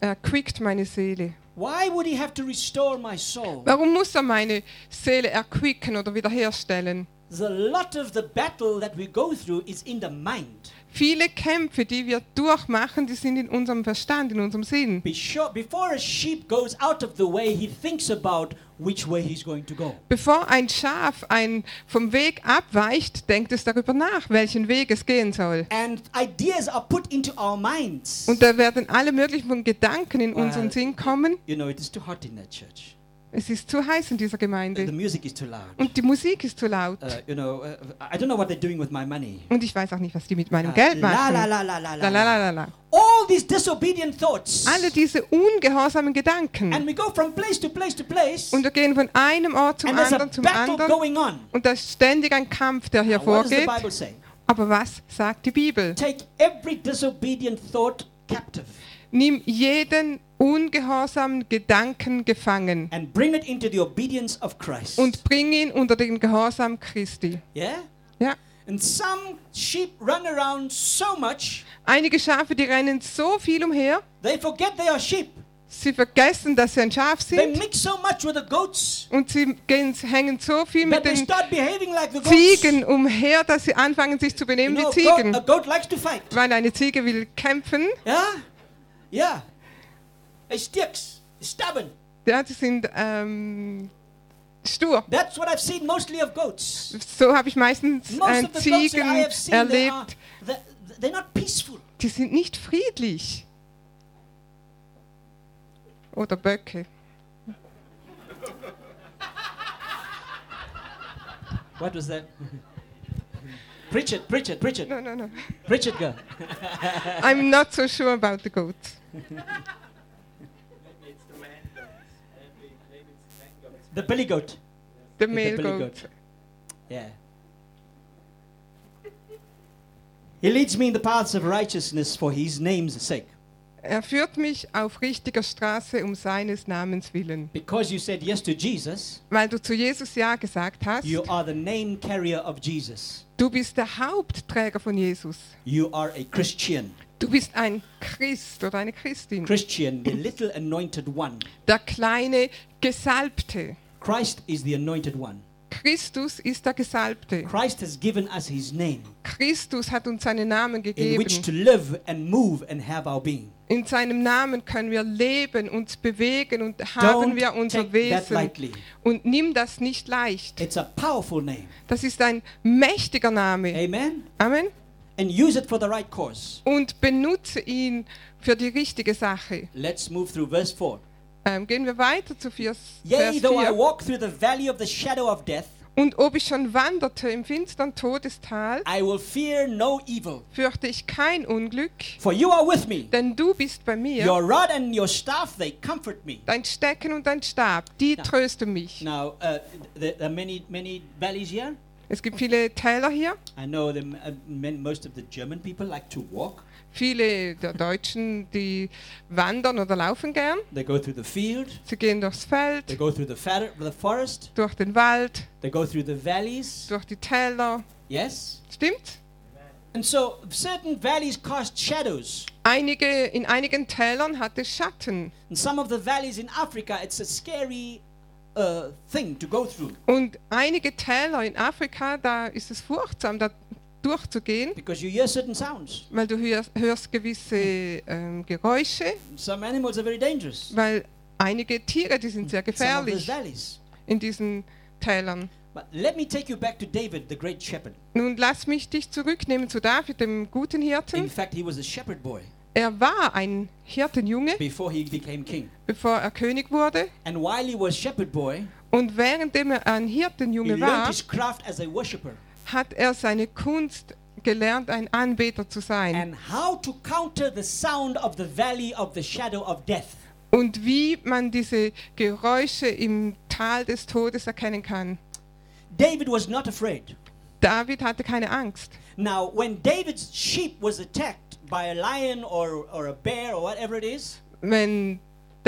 [SPEAKER 2] Er erquickt meine Seele.
[SPEAKER 1] Why would he have to restore my soul?
[SPEAKER 2] Warum muss er meine Seele erquicken oder wiederherstellen?
[SPEAKER 1] The lot of the battle that we go through is in the mind.
[SPEAKER 2] Viele Kämpfe, die wir durchmachen, die sind in unserem Verstand, in unserem Sinn.
[SPEAKER 1] Be sure- Before a sheep goes out of the way, he thinks about which way he's going to go.
[SPEAKER 2] Bevor ein Schaf ein vom Weg abweicht, denkt es darüber nach, welchen Weg es gehen soll.
[SPEAKER 1] And ideas are put into our minds.
[SPEAKER 2] Und da werden alle möglichen von Gedanken in
[SPEAKER 1] Well,
[SPEAKER 2] unseren Sinn kommen.
[SPEAKER 1] You know, it is too hot in that church.
[SPEAKER 2] Es ist zu heiß in dieser
[SPEAKER 1] The
[SPEAKER 2] Gemeinde
[SPEAKER 1] music is too loud.
[SPEAKER 2] und die Musik ist zu laut.
[SPEAKER 1] Uh, you know, uh, I don't know what they're doing with my money.
[SPEAKER 2] Und ich weiß auch nicht, was die mit
[SPEAKER 1] Uh,
[SPEAKER 2] meinem Geld
[SPEAKER 1] la, la,
[SPEAKER 2] machen.
[SPEAKER 1] la, la, la, la,
[SPEAKER 2] La, la, la, la, la.
[SPEAKER 1] All these disobedient thoughts.
[SPEAKER 2] Alle diese ungehorsamen
[SPEAKER 1] and
[SPEAKER 2] Gedanken.
[SPEAKER 1] we go from place to place to place.
[SPEAKER 2] Und wir gehen von einem Ort zum
[SPEAKER 1] and there's
[SPEAKER 2] anderen
[SPEAKER 1] a
[SPEAKER 2] zum
[SPEAKER 1] battle
[SPEAKER 2] anderen.
[SPEAKER 1] going on.
[SPEAKER 2] Und da ist ständig ein Kampf, der hier
[SPEAKER 1] Now, what does the
[SPEAKER 2] vorgeht.
[SPEAKER 1] Bible say?
[SPEAKER 2] Aber was sagt die Bibel?
[SPEAKER 1] Take every disobedient thought captive
[SPEAKER 2] Nimm jeden ungehorsamen Gedanken gefangen
[SPEAKER 1] and bring it into the obedience of Christ.
[SPEAKER 2] und bring ihn unter den Gehorsam Christi.
[SPEAKER 1] yeah?
[SPEAKER 2] Ja.
[SPEAKER 1] And some sheep run around so much,
[SPEAKER 2] Einige Schafe, die rennen so viel umher,
[SPEAKER 1] they forget they are sheep.
[SPEAKER 2] sie vergessen, dass sie ein Schaf
[SPEAKER 1] They
[SPEAKER 2] sind
[SPEAKER 1] mix so much with the goats
[SPEAKER 2] und sie gehen, hängen so viel
[SPEAKER 1] that
[SPEAKER 2] mit
[SPEAKER 1] they
[SPEAKER 2] den
[SPEAKER 1] start behaving like the goats.
[SPEAKER 2] Ziegen umher, dass sie anfangen, sich zu
[SPEAKER 1] You
[SPEAKER 2] benehmen
[SPEAKER 1] know, uh,
[SPEAKER 2] wie
[SPEAKER 1] a goat-
[SPEAKER 2] Ziegen.
[SPEAKER 1] a goat likes to fight.
[SPEAKER 2] Weil eine Ziege will kämpfen,
[SPEAKER 1] Yeah? Yeah. It sticks. It's stubborn.
[SPEAKER 2] ja, sie sind ähm, stur.
[SPEAKER 1] That's what I've seen mostly of goats.
[SPEAKER 2] So habe ich meistens
[SPEAKER 1] Most
[SPEAKER 2] äh,
[SPEAKER 1] of the goats that I
[SPEAKER 2] Ziegen
[SPEAKER 1] have seen, they are,
[SPEAKER 2] erlebt.
[SPEAKER 1] they're, they're not peaceful.
[SPEAKER 2] Die sind nicht friedlich. Oder Böcke.
[SPEAKER 1] What was that? preach it, preach it, preach it,
[SPEAKER 2] No, no, no.
[SPEAKER 1] preach it, girl.
[SPEAKER 2] I'm not so sure about the goat.
[SPEAKER 1] The billy goat. It's
[SPEAKER 2] The
[SPEAKER 1] a
[SPEAKER 2] male
[SPEAKER 1] billy
[SPEAKER 2] goat.
[SPEAKER 1] Yeah. He leads me in the paths of righteousness for his name's sake.
[SPEAKER 2] Er führt mich auf richtiger Straße um seines Namens willen.
[SPEAKER 1] Because you said yes to Jesus,
[SPEAKER 2] Weil du zu Jesus Ja gesagt hast,
[SPEAKER 1] you are the name carrier of Jesus.
[SPEAKER 2] du bist der Hauptträger von Jesus.
[SPEAKER 1] You are a Christian.
[SPEAKER 2] Du bist ein Christ oder eine Christin.
[SPEAKER 1] Christian, the little anointed one.
[SPEAKER 2] Der kleine Gesalbte.
[SPEAKER 1] Christ is the anointed one.
[SPEAKER 2] Christus ist der Gesalbte.
[SPEAKER 1] Christ has given us his name
[SPEAKER 2] Christus hat uns seinen Namen
[SPEAKER 1] in which to
[SPEAKER 2] gegeben.
[SPEAKER 1] live and move and have our being.
[SPEAKER 2] In seinem Namen können wir leben, uns bewegen und haben wir
[SPEAKER 1] Don't
[SPEAKER 2] unser
[SPEAKER 1] take that
[SPEAKER 2] Wesen.
[SPEAKER 1] lightly.
[SPEAKER 2] Und nimm das nicht leicht.
[SPEAKER 1] It's a powerful name.
[SPEAKER 2] Das ist ein mächtiger Name.
[SPEAKER 1] Amen.
[SPEAKER 2] Amen.
[SPEAKER 1] And use it for the right cause.
[SPEAKER 2] Und benutze ihn für die richtige Sache.
[SPEAKER 1] Let's move through verse 4.
[SPEAKER 2] Ähm, gehen wir weiter zu Vers, Vers
[SPEAKER 1] Yea, though I
[SPEAKER 2] 4.
[SPEAKER 1] walk through the valley of the shadow of death,
[SPEAKER 2] Und ob ich schon wanderte im finstern Todestal,
[SPEAKER 1] I will fear no evil.
[SPEAKER 2] fürchte ich kein Unglück,
[SPEAKER 1] For you are with me.
[SPEAKER 2] denn du bist bei mir.
[SPEAKER 1] Your rod and your staff, they comfort me.
[SPEAKER 2] Dein Stecken und dein Stab, die trösten mich.
[SPEAKER 1] Now, uh, there there are many, many valleys here.
[SPEAKER 2] Es gibt viele Täler hier.
[SPEAKER 1] I know the, m- uh, men, most of the German people like to walk.
[SPEAKER 2] Viele der Deutschen, die wandern oder laufen gern.
[SPEAKER 1] They go through the field,
[SPEAKER 2] Sie gehen durchs
[SPEAKER 1] they
[SPEAKER 2] Feld,
[SPEAKER 1] go through the, fa- the forest,
[SPEAKER 2] durch den Wald,
[SPEAKER 1] they go through the valleys.
[SPEAKER 2] durch die Täler.
[SPEAKER 1] Yes?
[SPEAKER 2] Stimmt?
[SPEAKER 1] And so certain valleys cast shadows.
[SPEAKER 2] Einige, in einigen Tälern hat es Schatten.
[SPEAKER 1] And some of the valleys in Africa, it's a scary uh, thing to go through
[SPEAKER 2] Und einige Täler in Afrika, da ist es furchtsam, da durchzugehen,
[SPEAKER 1] because you hear certain sounds.
[SPEAKER 2] weil du hörst, hörst gewisse ähm, Geräusche,
[SPEAKER 1] Some animals are very dangerous.
[SPEAKER 2] weil einige Tiere, die sind sehr
[SPEAKER 1] Some of those
[SPEAKER 2] gefährlich
[SPEAKER 1] Mm, valleys.
[SPEAKER 2] in diesen Tälern.
[SPEAKER 1] But let me take you back to David, the great shepherd.
[SPEAKER 2] Nun lass mich dich zurücknehmen zu David, dem guten
[SPEAKER 1] In
[SPEAKER 2] Hirten.
[SPEAKER 1] fact, he was a shepherd boy.
[SPEAKER 2] Er war ein Hirtenjunge,
[SPEAKER 1] before he became king.
[SPEAKER 2] bevor er König wurde.
[SPEAKER 1] And while he was shepherd boy,
[SPEAKER 2] Und währenddem er ein
[SPEAKER 1] he
[SPEAKER 2] Hirtenjunge
[SPEAKER 1] learned
[SPEAKER 2] war,
[SPEAKER 1] his craft as a worshiper
[SPEAKER 2] hat er seine Kunst gelernt, ein Anbeter zu sein.
[SPEAKER 1] and how to counter the sound of the valley of the shadow of death.
[SPEAKER 2] Und wie man diese Geräusche im Tal des Todes erkennen kann.
[SPEAKER 1] David was not afraid.
[SPEAKER 2] David hatte keine Angst.
[SPEAKER 1] Now, when David's sheep was attacked by a lion or, or a bear or whatever it is,
[SPEAKER 2] Wenn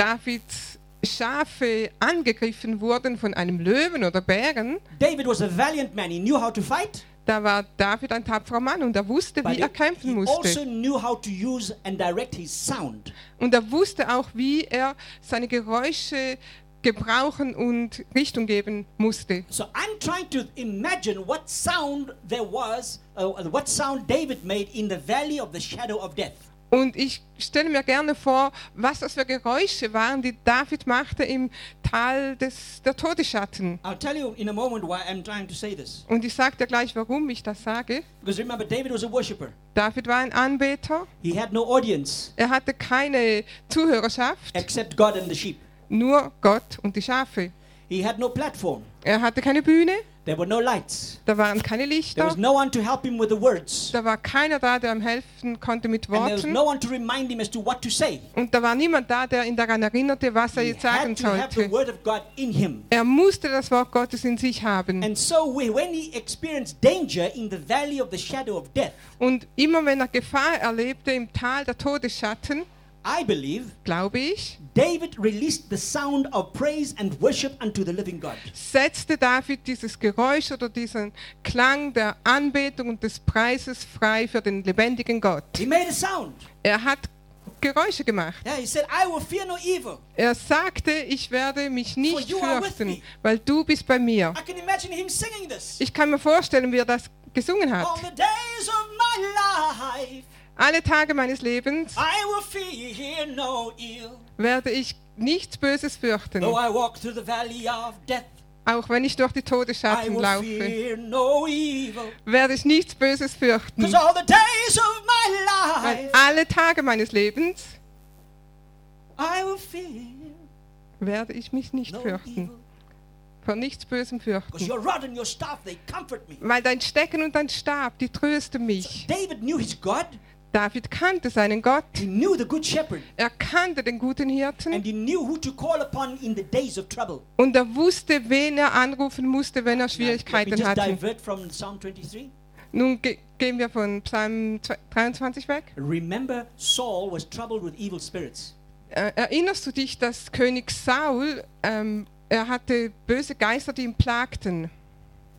[SPEAKER 2] Davids Schafe angegriffen wurden von einem Löwen oder Bären,
[SPEAKER 1] David was a valiant man. He knew how to fight,
[SPEAKER 2] da war David ein tapferer Mann und er wusste,
[SPEAKER 1] but
[SPEAKER 2] wie er
[SPEAKER 1] he-
[SPEAKER 2] kämpfen
[SPEAKER 1] he also
[SPEAKER 2] musste.
[SPEAKER 1] knew how to use and direct his sound.
[SPEAKER 2] Und er wusste auch, wie er seine Geräusche gebrauchen und Richtung geben musste.
[SPEAKER 1] So I'm trying to imagine what sound there was, uh, what sound David made in the valley of the shadow of death.
[SPEAKER 2] Und ich stelle mir gerne vor, was das für Geräusche waren, die David machte im Tal des, der Todesschatten.
[SPEAKER 1] I'll tell you in a moment why I'm trying to say this.
[SPEAKER 2] Und ich sage dir gleich, warum ich das sage.
[SPEAKER 1] Because remember, David was a worshiper.
[SPEAKER 2] David war ein Anbeter.
[SPEAKER 1] He had no audience
[SPEAKER 2] Er hatte keine Zuhörerschaft,
[SPEAKER 1] except God and the sheep.
[SPEAKER 2] nur Gott und die Schafe.
[SPEAKER 1] He had no platform.
[SPEAKER 2] Er hatte keine Bühne,
[SPEAKER 1] There were no lights.
[SPEAKER 2] da waren keine
[SPEAKER 1] There
[SPEAKER 2] Lichter,
[SPEAKER 1] was no one to help him with the words.
[SPEAKER 2] da war keiner da, der ihm helfen konnte mit
[SPEAKER 1] And there was
[SPEAKER 2] Worten.
[SPEAKER 1] no one to remind him as to what to say.
[SPEAKER 2] Und da war niemand da, der ihn daran erinnerte, was er
[SPEAKER 1] He
[SPEAKER 2] jetzt sagen
[SPEAKER 1] had to have the
[SPEAKER 2] sollte.
[SPEAKER 1] word of God in him.
[SPEAKER 2] Er musste das Wort Gottes in sich haben.
[SPEAKER 1] And so we, when he experienced danger in the valley of the shadow of death,
[SPEAKER 2] Und immer wenn er Gefahr erlebte im Tal der Todesschatten,
[SPEAKER 1] I believe
[SPEAKER 2] glaube ich,
[SPEAKER 1] David released the sound of praise and worship unto the living God.
[SPEAKER 2] setzte David dieses Geräusch oder diesen Klang der Anbetung und des Preises frei für den lebendigen Gott.
[SPEAKER 1] He made a sound.
[SPEAKER 2] Er hat Geräusche gemacht.
[SPEAKER 1] Yeah, he said, I will fear no evil.
[SPEAKER 2] Er sagte, ich werde mich nicht
[SPEAKER 1] For you are with me.
[SPEAKER 2] fürchten, weil du bist bei mir.
[SPEAKER 1] I can imagine him singing this.
[SPEAKER 2] Ich kann mir vorstellen, wie er das gesungen
[SPEAKER 1] All
[SPEAKER 2] hat.
[SPEAKER 1] the days of my life,
[SPEAKER 2] Alle Tage meines Lebens
[SPEAKER 1] I will fear no ill.
[SPEAKER 2] werde ich nichts Böses fürchten,
[SPEAKER 1] Though I walk through the valley of death,
[SPEAKER 2] auch wenn ich durch die
[SPEAKER 1] I
[SPEAKER 2] Todesschatten
[SPEAKER 1] will
[SPEAKER 2] laufe,
[SPEAKER 1] fear no evil.
[SPEAKER 2] werde ich nichts Böses fürchten.
[SPEAKER 1] Because all the days of my
[SPEAKER 2] Weil
[SPEAKER 1] life,
[SPEAKER 2] alle Tage meines Lebens
[SPEAKER 1] I will fear
[SPEAKER 2] werde ich mich nicht
[SPEAKER 1] no
[SPEAKER 2] fürchten,
[SPEAKER 1] evil.
[SPEAKER 2] vor nichts Bösem
[SPEAKER 1] Because
[SPEAKER 2] fürchten.
[SPEAKER 1] your rod and your staff, they comfort me.
[SPEAKER 2] Weil dein Stecken und dein Stab, die trösten mich.
[SPEAKER 1] David knew his God.
[SPEAKER 2] David kannte seinen Gott.
[SPEAKER 1] He knew the good shepherd.
[SPEAKER 2] Er kannte den guten
[SPEAKER 1] And
[SPEAKER 2] Hirten
[SPEAKER 1] he knew who to call upon in the days of trouble.
[SPEAKER 2] und er wusste, wen er anrufen musste, wenn
[SPEAKER 1] Now,
[SPEAKER 2] er
[SPEAKER 1] let me
[SPEAKER 2] Schwierigkeiten
[SPEAKER 1] just
[SPEAKER 2] hatte.
[SPEAKER 1] divert from Psalm 23.
[SPEAKER 2] Nun ge gehen wir von Psalm 23 weg.
[SPEAKER 1] Remember, Saul was troubled with evil spirits.
[SPEAKER 2] Äh, erinnerst du dich, dass König Saul, ähm, er hatte böse Geister, die ihn plagten.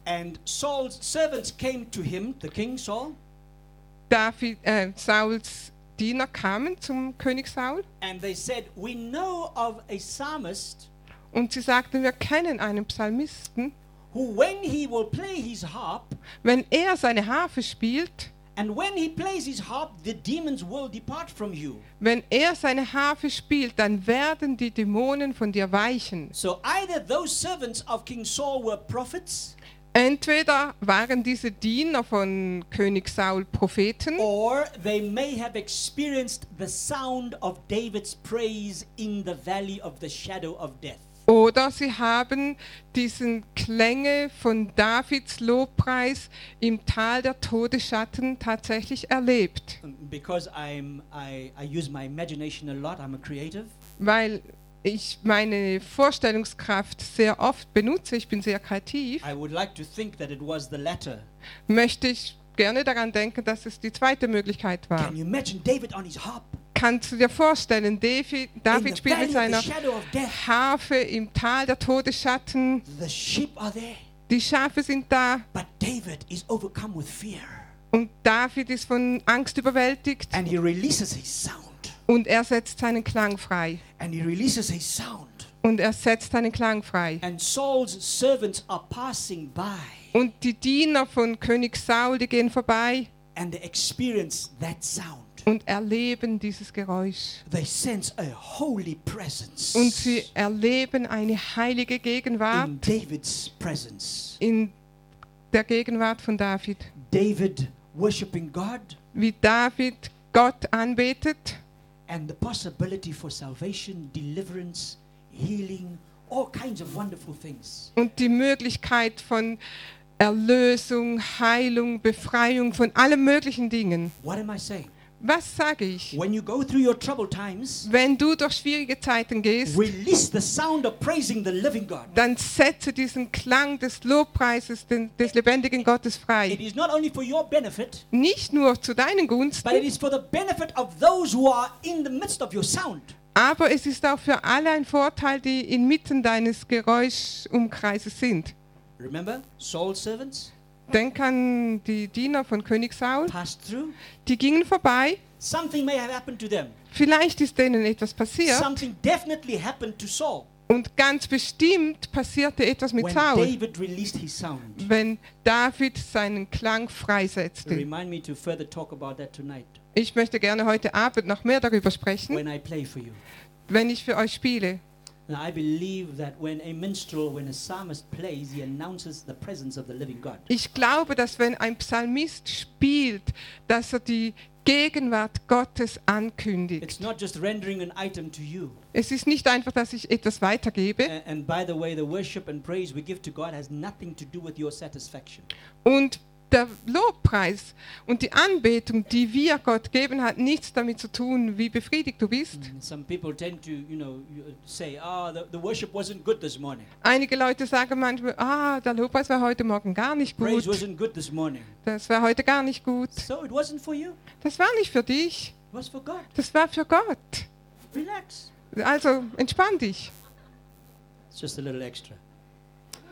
[SPEAKER 1] And Saul's servants came to him, the king Saul,
[SPEAKER 2] David, äh, Sauls Diener kamen zum König Saul
[SPEAKER 1] and they said, We know of a psalmist
[SPEAKER 2] und sie sagten, wir kennen einen Psalmisten,
[SPEAKER 1] who, when he will play his harp,
[SPEAKER 2] wenn er seine Harfe spielt,
[SPEAKER 1] and when he plays his harp, the demons will depart from you.
[SPEAKER 2] wenn er seine Harfe spielt, dann werden die Dämonen von dir weichen.
[SPEAKER 1] So either those servants of King Saul were prophets,
[SPEAKER 2] Entweder waren diese Diener von König Saul Propheten
[SPEAKER 1] or they may have experienced the sound of David's praise in the valley of the shadow of death.
[SPEAKER 2] oder sie haben diesen Klänge von Davids Lobpreis im Tal der Todesschatten tatsächlich erlebt.
[SPEAKER 1] Um, Because I'm, I, I use my imagination a lot, I'm a creative.
[SPEAKER 2] Weil ich meine Vorstellungskraft sehr oft benutze, ich bin sehr kreativ,
[SPEAKER 1] I would like to think that it was the latter.
[SPEAKER 2] möchte ich gerne daran denken, dass es die zweite Möglichkeit war.
[SPEAKER 1] Can you imagine David on his harp?
[SPEAKER 2] Kannst du dir vorstellen, David,
[SPEAKER 1] in
[SPEAKER 2] David
[SPEAKER 1] the
[SPEAKER 2] spielt
[SPEAKER 1] valley
[SPEAKER 2] mit
[SPEAKER 1] of
[SPEAKER 2] seiner
[SPEAKER 1] the shadow of death.
[SPEAKER 2] Harfe im Tal der Todesschatten,
[SPEAKER 1] The sheep are there,
[SPEAKER 2] die Schafe sind da
[SPEAKER 1] but David is overcome with fear.
[SPEAKER 2] und David ist von Angst überwältigt
[SPEAKER 1] And he releases his sound.
[SPEAKER 2] und er setzt seinen Klang frei.
[SPEAKER 1] And he releases his sound.
[SPEAKER 2] Und er setzt seinen Klang frei.
[SPEAKER 1] And Saul's servants are passing by.
[SPEAKER 2] Und die Diener von König Saul, die gehen vorbei
[SPEAKER 1] And they experience that sound.
[SPEAKER 2] und erleben dieses Geräusch.
[SPEAKER 1] They sense a holy presence
[SPEAKER 2] Und sie erleben eine heilige
[SPEAKER 1] in
[SPEAKER 2] Gegenwart
[SPEAKER 1] David's presence.
[SPEAKER 2] in der Gegenwart von David.
[SPEAKER 1] David worshiping God
[SPEAKER 2] Wie David Gott anbetet
[SPEAKER 1] and the possibility for salvation, deliverance, healing, all kinds of wonderful things.
[SPEAKER 2] und die Möglichkeit von Erlösung, Heilung, Befreiung von allen möglichen Dingen.
[SPEAKER 1] What am I saying?
[SPEAKER 2] Was sage ich?
[SPEAKER 1] When you go through your troubled times,
[SPEAKER 2] Wenn du durch schwierige Zeiten gehst,
[SPEAKER 1] release the sound of praising the living God.
[SPEAKER 2] dann setze diesen Klang des Lobpreises den, des lebendigen Gottes
[SPEAKER 1] It
[SPEAKER 2] frei.
[SPEAKER 1] is not only for your benefit,
[SPEAKER 2] Nicht nur zu deinen
[SPEAKER 1] but it
[SPEAKER 2] Gunsten,
[SPEAKER 1] is for the benefit of those who are in the midst of your sound.
[SPEAKER 2] aber es ist auch für alle ein Vorteil, die inmitten deines Geräuschumkreises sind.
[SPEAKER 1] Remember, Saul's servants
[SPEAKER 2] Denk an die Diener von König Saul,
[SPEAKER 1] passed through.
[SPEAKER 2] die gingen vorbei.
[SPEAKER 1] Something may have happened to them.
[SPEAKER 2] Vielleicht ist denen etwas passiert
[SPEAKER 1] Something definitely happened to Saul
[SPEAKER 2] und ganz bestimmt passierte etwas mit
[SPEAKER 1] when
[SPEAKER 2] Saul,
[SPEAKER 1] David released his sound.
[SPEAKER 2] wenn David seinen Klang freisetzte.
[SPEAKER 1] Remind me to further talk about that tonight
[SPEAKER 2] Ich möchte gerne heute Abend noch mehr darüber sprechen,
[SPEAKER 1] when I play for you.
[SPEAKER 2] wenn ich für euch spiele.
[SPEAKER 1] Now, I believe that when a minstrel, when a psalmist plays, he announces the presence of the living God.
[SPEAKER 2] Ich glaube, dass wenn ein Psalmist spielt, dass er die Gegenwart Gottes
[SPEAKER 1] It's
[SPEAKER 2] ankündigt.
[SPEAKER 1] not just rendering an item to you.
[SPEAKER 2] Es ist nicht einfach, dass ich etwas weitergebe.
[SPEAKER 1] A- And by the way, the worship and praise we give to God has nothing to do with your satisfaction.
[SPEAKER 2] Und der Lobpreis und die Anbetung, die wir Gott geben, hat nichts damit zu tun, wie befriedigt du bist.
[SPEAKER 1] And some people tend to, you know, you- say, ah, the, the worship wasn't good this morning.
[SPEAKER 2] Einige Leute sagen manchmal, ah, der Lobpreis war heute Morgen gar nicht
[SPEAKER 1] Praise
[SPEAKER 2] gut.
[SPEAKER 1] wasn't good this morning.
[SPEAKER 2] Das war heute gar nicht gut.
[SPEAKER 1] So it wasn't for you,
[SPEAKER 2] Das war nicht für dich.
[SPEAKER 1] it was for God.
[SPEAKER 2] Das war für Gott.
[SPEAKER 1] Relax.
[SPEAKER 2] Also entspann dich.
[SPEAKER 1] It's just a little extra.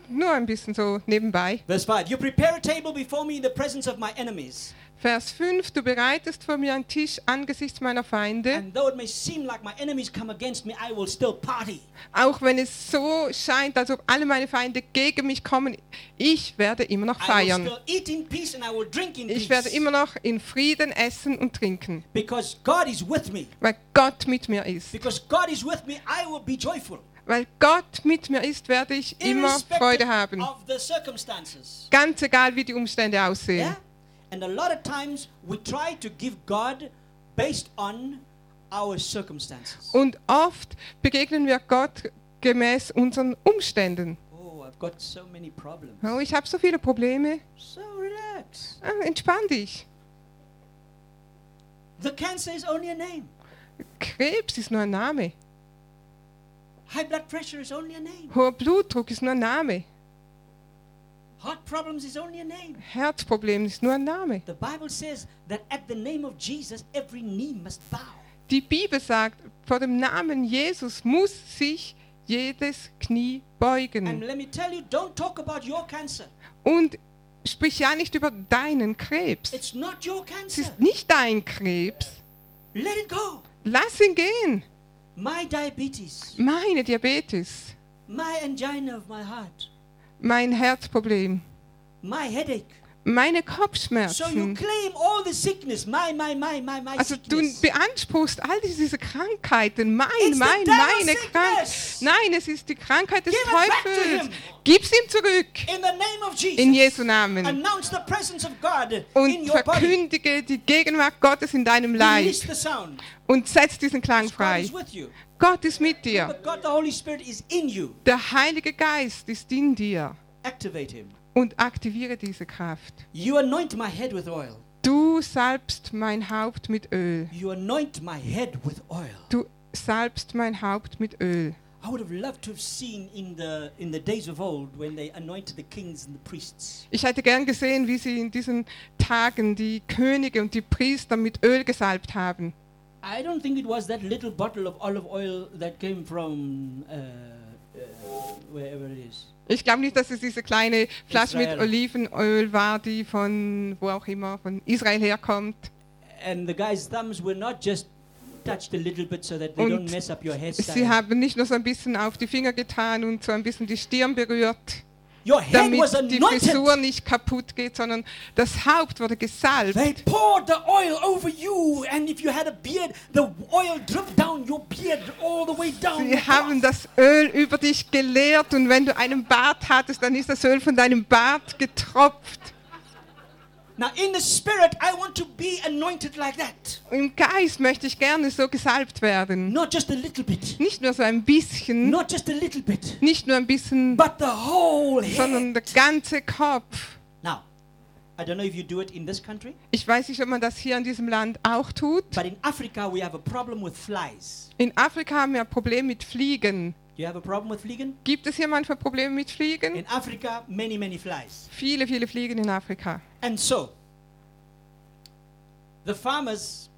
[SPEAKER 2] Nur ein bisschen so nebenbei.
[SPEAKER 1] Verse 5 You prepare a table before me in the presence of my enemies.
[SPEAKER 2] Vers 5, du bereitest vor mir einen Tisch angesichts meiner Feinde.
[SPEAKER 1] And though it may seem like my enemies come against me, I will still party.
[SPEAKER 2] Auch wenn es so scheint, als ob alle meine Feinde gegen mich kommen, ich werde immer noch
[SPEAKER 1] I will
[SPEAKER 2] feiern.
[SPEAKER 1] still eat in peace and I will drink in
[SPEAKER 2] Ich werde
[SPEAKER 1] peace.
[SPEAKER 2] immer noch in Frieden essen und trinken,
[SPEAKER 1] Because God is with me.
[SPEAKER 2] weil Gott mit mir ist.
[SPEAKER 1] Because God is with me, I will be joyful.
[SPEAKER 2] Weil Gott mit mir ist, werde ich immer
[SPEAKER 1] irrespective
[SPEAKER 2] Freude haben.
[SPEAKER 1] Of the circumstances.
[SPEAKER 2] Ganz egal, wie die Umstände
[SPEAKER 1] Yeah?
[SPEAKER 2] aussehen.
[SPEAKER 1] And a lot of times we try to give God based on our circumstances.
[SPEAKER 2] Und oft begegnen wir Gott gemäß unseren Umständen.
[SPEAKER 1] Oh, I've got so many problems.
[SPEAKER 2] Oh, ich habe so viele Probleme.
[SPEAKER 1] So relax.
[SPEAKER 2] Ah, Entspann dich.
[SPEAKER 1] The cancer is only a name.
[SPEAKER 2] Krebs ist nur ein Name.
[SPEAKER 1] High blood pressure is only a name.
[SPEAKER 2] Hoher Blutdruck ist nur ein Name.
[SPEAKER 1] Heart problems is only a name.
[SPEAKER 2] Herzproblem ist nur ein Name.
[SPEAKER 1] The Bible says that at the name of Jesus, every knee must bow.
[SPEAKER 2] Die Bibel sagt, vor dem Namen Jesus muss sich jedes Knie
[SPEAKER 1] And
[SPEAKER 2] beugen.
[SPEAKER 1] let me tell you, don't talk about your cancer.
[SPEAKER 2] Und sprich ja nicht über deinen Krebs.
[SPEAKER 1] It's not your
[SPEAKER 2] Es
[SPEAKER 1] cancer.
[SPEAKER 2] ist nicht dein Krebs.
[SPEAKER 1] Let it go.
[SPEAKER 2] Lass ihn gehen.
[SPEAKER 1] My diabetes,
[SPEAKER 2] Meine Diabetes,
[SPEAKER 1] my angina of my heart,
[SPEAKER 2] mein Herzproblem,
[SPEAKER 1] my headache.
[SPEAKER 2] meine
[SPEAKER 1] So you
[SPEAKER 2] Kopfschmerzen.
[SPEAKER 1] claim all the sickness, my, my, my, my, my
[SPEAKER 2] Also du
[SPEAKER 1] sickness.
[SPEAKER 2] beanspruchst all diese Krankheiten. Mein,
[SPEAKER 1] It's the
[SPEAKER 2] mein,
[SPEAKER 1] devil's
[SPEAKER 2] meine Krankheit.
[SPEAKER 1] sickness.
[SPEAKER 2] Nein, es ist die Krankheit des
[SPEAKER 1] Give it back to
[SPEAKER 2] Teufels.
[SPEAKER 1] him.
[SPEAKER 2] Gib's ihm zurück.
[SPEAKER 1] In the name of Jesus,
[SPEAKER 2] In Jesu Namen.
[SPEAKER 1] announce the presence of God in
[SPEAKER 2] Und
[SPEAKER 1] your body.
[SPEAKER 2] verkündige die Gegenwart Gottes in deinem
[SPEAKER 1] Release
[SPEAKER 2] Leib.
[SPEAKER 1] the sound.
[SPEAKER 2] Und setz diesen Klang
[SPEAKER 1] God
[SPEAKER 2] frei.
[SPEAKER 1] is with you.
[SPEAKER 2] Gott ist mit dir.
[SPEAKER 1] But God, the Holy Spirit, is in you.
[SPEAKER 2] Der Heilige Geist ist in dir.
[SPEAKER 1] Activate Him.
[SPEAKER 2] Und aktiviere diese Kraft.
[SPEAKER 1] You anoint my head with oil.
[SPEAKER 2] Du salbst mein Haupt mit Öl.
[SPEAKER 1] You anoint my head with oil.
[SPEAKER 2] Du salbst mein Haupt mit Öl.
[SPEAKER 1] I would have loved to have seen in the in the days of old when they anointed the kings and the priests.
[SPEAKER 2] Ich hätte gern gesehen, wie sie in diesen Tagen die Könige und die Priester mit Öl gesalbt haben.
[SPEAKER 1] I don't think it was that little bottle of olive oil that came from uh, uh, wherever it is.
[SPEAKER 2] Ich glaube nicht, dass es diese kleine Flasche mit
[SPEAKER 1] Israel.
[SPEAKER 2] Olivenöl war, die von wo auch immer, von Israel herkommt.
[SPEAKER 1] And the guy's thumbs were not just touched a little bit so that they
[SPEAKER 2] Und
[SPEAKER 1] don't mess up your
[SPEAKER 2] Sie
[SPEAKER 1] hairstyle.
[SPEAKER 2] haben nicht nur so ein bisschen auf die Finger getan und so ein bisschen die Stirn berührt,
[SPEAKER 1] Your head
[SPEAKER 2] damit
[SPEAKER 1] was
[SPEAKER 2] die Frisur
[SPEAKER 1] anointed.
[SPEAKER 2] nicht kaputt geht, sondern das Haupt wurde gesalbt.
[SPEAKER 1] They poured the oil over you, and if you had a beard, the oil dripped down your beard all the way down.
[SPEAKER 2] Sie
[SPEAKER 1] your
[SPEAKER 2] haben
[SPEAKER 1] back.
[SPEAKER 2] das Öl über dich geleert und wenn du einen Bart hattest, dann ist das Öl von deinem Bart getropft.
[SPEAKER 1] Now, in the spirit, I want to be a anointed like that.
[SPEAKER 2] Im Geist möchte ich gerne so gesalbt werden.
[SPEAKER 1] Not just a little bit.
[SPEAKER 2] Nicht nur so ein bisschen,
[SPEAKER 1] Not just a little bit.
[SPEAKER 2] nicht nur ein bisschen,
[SPEAKER 1] But the whole head.
[SPEAKER 2] sondern der ganze Kopf.
[SPEAKER 1] Now, I don't know if you do it in this country,
[SPEAKER 2] Ich weiß nicht, ob man das hier in diesem Land auch tut.
[SPEAKER 1] but in Africa we have a problem with flies.
[SPEAKER 2] In Afrika haben wir ein Problem mit Fliegen.
[SPEAKER 1] Do you have a problem with fliegen?
[SPEAKER 2] Gibt es hier manchmal Probleme mit Fliegen?
[SPEAKER 1] In Africa, many, many flies.
[SPEAKER 2] Viele, viele Fliegen in Afrika.
[SPEAKER 1] And so, the farmers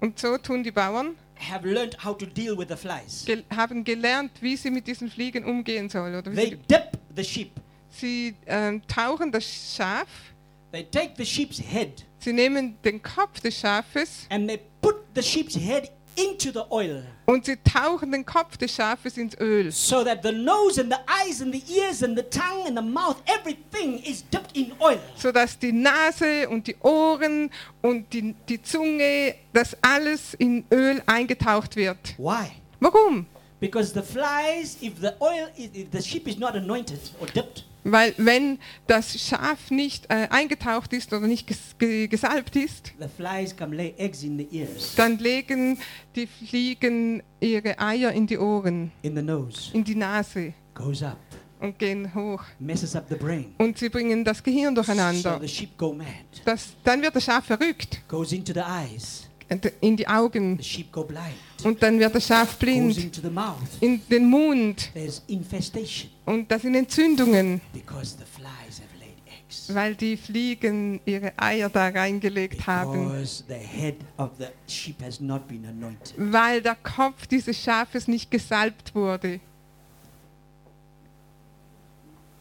[SPEAKER 2] Und so tun die Bauern,
[SPEAKER 1] have learned how to deal with the flies.
[SPEAKER 2] gel haben gelernt, wie sie mit diesen Fliegen umgehen sollen. Oder wie
[SPEAKER 1] They
[SPEAKER 2] sie
[SPEAKER 1] dip the sheep.
[SPEAKER 2] sie ähm, tauchen das Schaf,
[SPEAKER 1] They take the sheep's head
[SPEAKER 2] sie nehmen den Kopf des Schafes
[SPEAKER 1] and they put the sheep's head into the oil
[SPEAKER 2] und sie tauchen den Kopf des Schafes ins Öl.
[SPEAKER 1] so that the nose and the eyes and the ears and the tongue and the mouth, everything is dipped in oil.
[SPEAKER 2] sodass die Nase und die Ohren und die, die Zunge, das alles in Öl eingetaucht wird.
[SPEAKER 1] Why?
[SPEAKER 2] Warum?
[SPEAKER 1] Because the flies, if the oil, is, if the sheep is not anointed or dipped,
[SPEAKER 2] Weil wenn das Schaf nicht äh, eingetaucht ist oder nicht ges ge gesalbt ist,
[SPEAKER 1] the flies come lay eggs in the ears,
[SPEAKER 2] dann legen die Fliegen ihre Eier in die Ohren,
[SPEAKER 1] in the nose,
[SPEAKER 2] in die Nase
[SPEAKER 1] goes up,
[SPEAKER 2] und gehen hoch.
[SPEAKER 1] messes up the brain.
[SPEAKER 2] Und sie bringen das Gehirn
[SPEAKER 1] So
[SPEAKER 2] durcheinander.
[SPEAKER 1] the sheep go mad,
[SPEAKER 2] Das, dann wird das Schaf verrückt
[SPEAKER 1] goes into the eyes,
[SPEAKER 2] und in die Augen.
[SPEAKER 1] the sheep go blind,
[SPEAKER 2] Und dann wird das
[SPEAKER 1] goes
[SPEAKER 2] Schaf blind
[SPEAKER 1] into the mouth.
[SPEAKER 2] in den Mund.
[SPEAKER 1] There's infestation
[SPEAKER 2] Und das sind Entzündungen.
[SPEAKER 1] because the flies have laid eggs.
[SPEAKER 2] Weil die Fliegen ihre Eier da reingelegt haben.
[SPEAKER 1] Because the head of the sheep has not been anointed.
[SPEAKER 2] Weil der Kopf dieses Schafes nicht gesalbt wurde.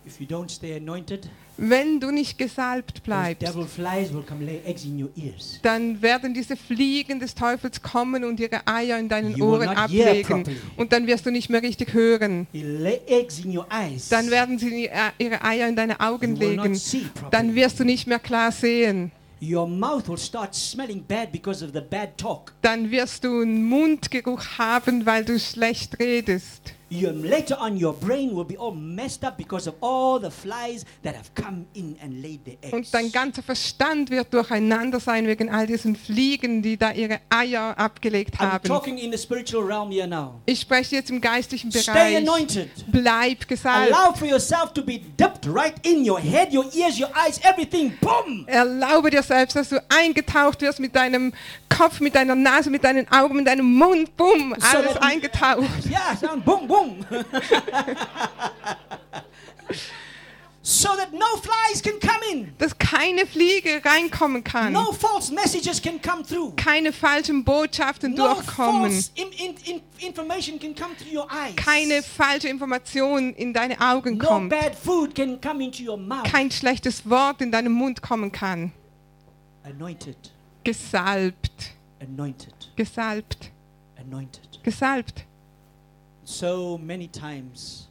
[SPEAKER 1] If you don't stay anointed,
[SPEAKER 2] Wenn du nicht gesalbt
[SPEAKER 1] those
[SPEAKER 2] bleibst,
[SPEAKER 1] devil flies will come lay eggs in your ears.
[SPEAKER 2] dann werden diese Fliegen des Teufels kommen und ihre Eier in deinen
[SPEAKER 1] You will
[SPEAKER 2] Ohren
[SPEAKER 1] not hear
[SPEAKER 2] ablegen.
[SPEAKER 1] properly.
[SPEAKER 2] Und dann wirst du nicht mehr richtig hören.
[SPEAKER 1] He'll lay eggs in your eyes.
[SPEAKER 2] Dann werden sie ihr- ihre Eier in deine Augen
[SPEAKER 1] you will not
[SPEAKER 2] legen.
[SPEAKER 1] see
[SPEAKER 2] Dann
[SPEAKER 1] properly.
[SPEAKER 2] wirst du nicht mehr klar sehen.
[SPEAKER 1] Your mouth will start smelling bad because of the bad talk.
[SPEAKER 2] Dann wirst du einen Mundgeruch haben, weil du schlecht redest.
[SPEAKER 1] You, later on, your brain will be all messed up because of all the flies that have come in and laid their eggs.
[SPEAKER 2] Und dein ganzer Verstand wird durcheinander sein wegen all diesen Fliegen, die da ihre Eier abgelegt
[SPEAKER 1] I'm
[SPEAKER 2] haben.
[SPEAKER 1] talking in the spiritual realm here now.
[SPEAKER 2] Ich spreche jetzt im geistlichen
[SPEAKER 1] Stay
[SPEAKER 2] Bereich.
[SPEAKER 1] anointed.
[SPEAKER 2] Bleib gesalbt.
[SPEAKER 1] Allow for yourself to be dipped right in your head, your ears, your eyes, everything. Boom!
[SPEAKER 2] Erlaube dir selbst, dass du eingetaucht wirst mit deinem Kopf, mit deiner Nase, mit deinen Augen, mit deinem Mund. Bumm, alles
[SPEAKER 1] that-
[SPEAKER 2] eingetaucht.
[SPEAKER 1] Yeah, sound boom, boom. so that no flies can come in,
[SPEAKER 2] Dass keine Fliege reinkommen kann.
[SPEAKER 1] no false messages can come through,
[SPEAKER 2] Keine falschen Botschaften
[SPEAKER 1] no
[SPEAKER 2] durchkommen.
[SPEAKER 1] false in, in, in, information can come through your eyes,
[SPEAKER 2] Keine falsche Information in deine Augen
[SPEAKER 1] no
[SPEAKER 2] kommt.
[SPEAKER 1] bad food can come into your mouth.
[SPEAKER 2] Kein schlechtes Wort in deinem Mund kommen kann.
[SPEAKER 1] Anointed,
[SPEAKER 2] Gesalbt.
[SPEAKER 1] anointed,
[SPEAKER 2] gesalbt,
[SPEAKER 1] anointed.
[SPEAKER 2] gesalbt.
[SPEAKER 1] So many times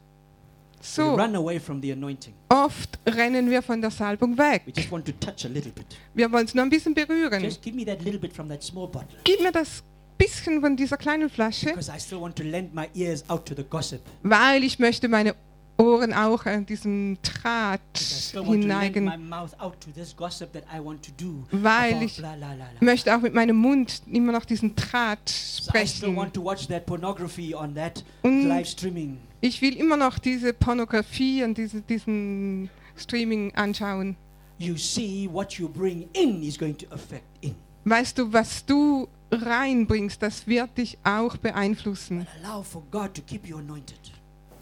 [SPEAKER 1] we
[SPEAKER 2] So
[SPEAKER 1] run away from the anointing.
[SPEAKER 2] oft rennen wir von der Salbung
[SPEAKER 1] We
[SPEAKER 2] weg.
[SPEAKER 1] just want to touch a little bit.
[SPEAKER 2] Wir wollen es nur ein bisschen berühren.
[SPEAKER 1] Just give me that little bit from that small bottle.
[SPEAKER 2] Gib mir das bisschen von dieser kleinen Flasche,
[SPEAKER 1] Because I still want to lend my ears out to the gossip.
[SPEAKER 2] weil ich möchte meine Ohren auch an diesem
[SPEAKER 1] I
[SPEAKER 2] Draht
[SPEAKER 1] still want to lend my
[SPEAKER 2] hineigen.
[SPEAKER 1] mouth out to this gossip that I want to do.
[SPEAKER 2] Weil
[SPEAKER 1] about
[SPEAKER 2] ich
[SPEAKER 1] bla, la, la, la.
[SPEAKER 2] Möchte auch mit meinem Mund immer noch diesen Draht
[SPEAKER 1] So I still
[SPEAKER 2] sprechen.
[SPEAKER 1] want to watch that pornography on that
[SPEAKER 2] Und-
[SPEAKER 1] live streaming.
[SPEAKER 2] Ich will immer noch diese Pornografie und diese, diesen Streaming anschauen.
[SPEAKER 1] You see, what you bring in is going to affect in.
[SPEAKER 2] Weißt du, was du reinbringst, das wird dich auch beeinflussen.
[SPEAKER 1] Allow for God to keep you anointed.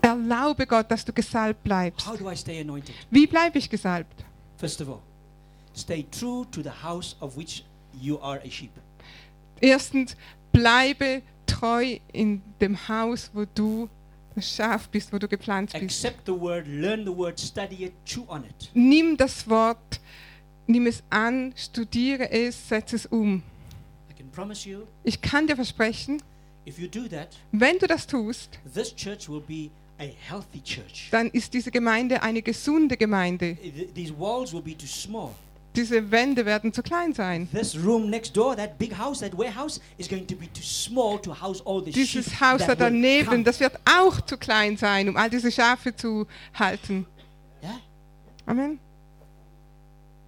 [SPEAKER 2] Erlaube Gott, dass du gesalbt bleibst.
[SPEAKER 1] How do I stay anointed?
[SPEAKER 2] Wie bleibe ich gesalbt?
[SPEAKER 1] First of all, stay true to the house of which you are a sheep.
[SPEAKER 2] Erstens, bleibe treu in dem Haus, wo du das Schaf bist, wo du gepflanzt bist.
[SPEAKER 1] Accept the word, learn the word, study it, chew on it.
[SPEAKER 2] Nimm das Wort, nimm es an, studiere es, setze es um.
[SPEAKER 1] I can promise you,
[SPEAKER 2] Ich kann dir versprechen,
[SPEAKER 1] if you do that,
[SPEAKER 2] wenn du das tust,
[SPEAKER 1] this church will be a healthy church.
[SPEAKER 2] dann ist diese Gemeinde eine gesunde Gemeinde.
[SPEAKER 1] Th- These walls will be too small.
[SPEAKER 2] Diese Wände werden zu klein sein.
[SPEAKER 1] This room next door, that big house, that warehouse, is going to be too small to house all the sheep
[SPEAKER 2] Dieses Haus da
[SPEAKER 1] that will come.
[SPEAKER 2] daneben, das wird auch zu klein sein, um all diese Schafe zu halten.
[SPEAKER 1] Yeah?
[SPEAKER 2] Amen.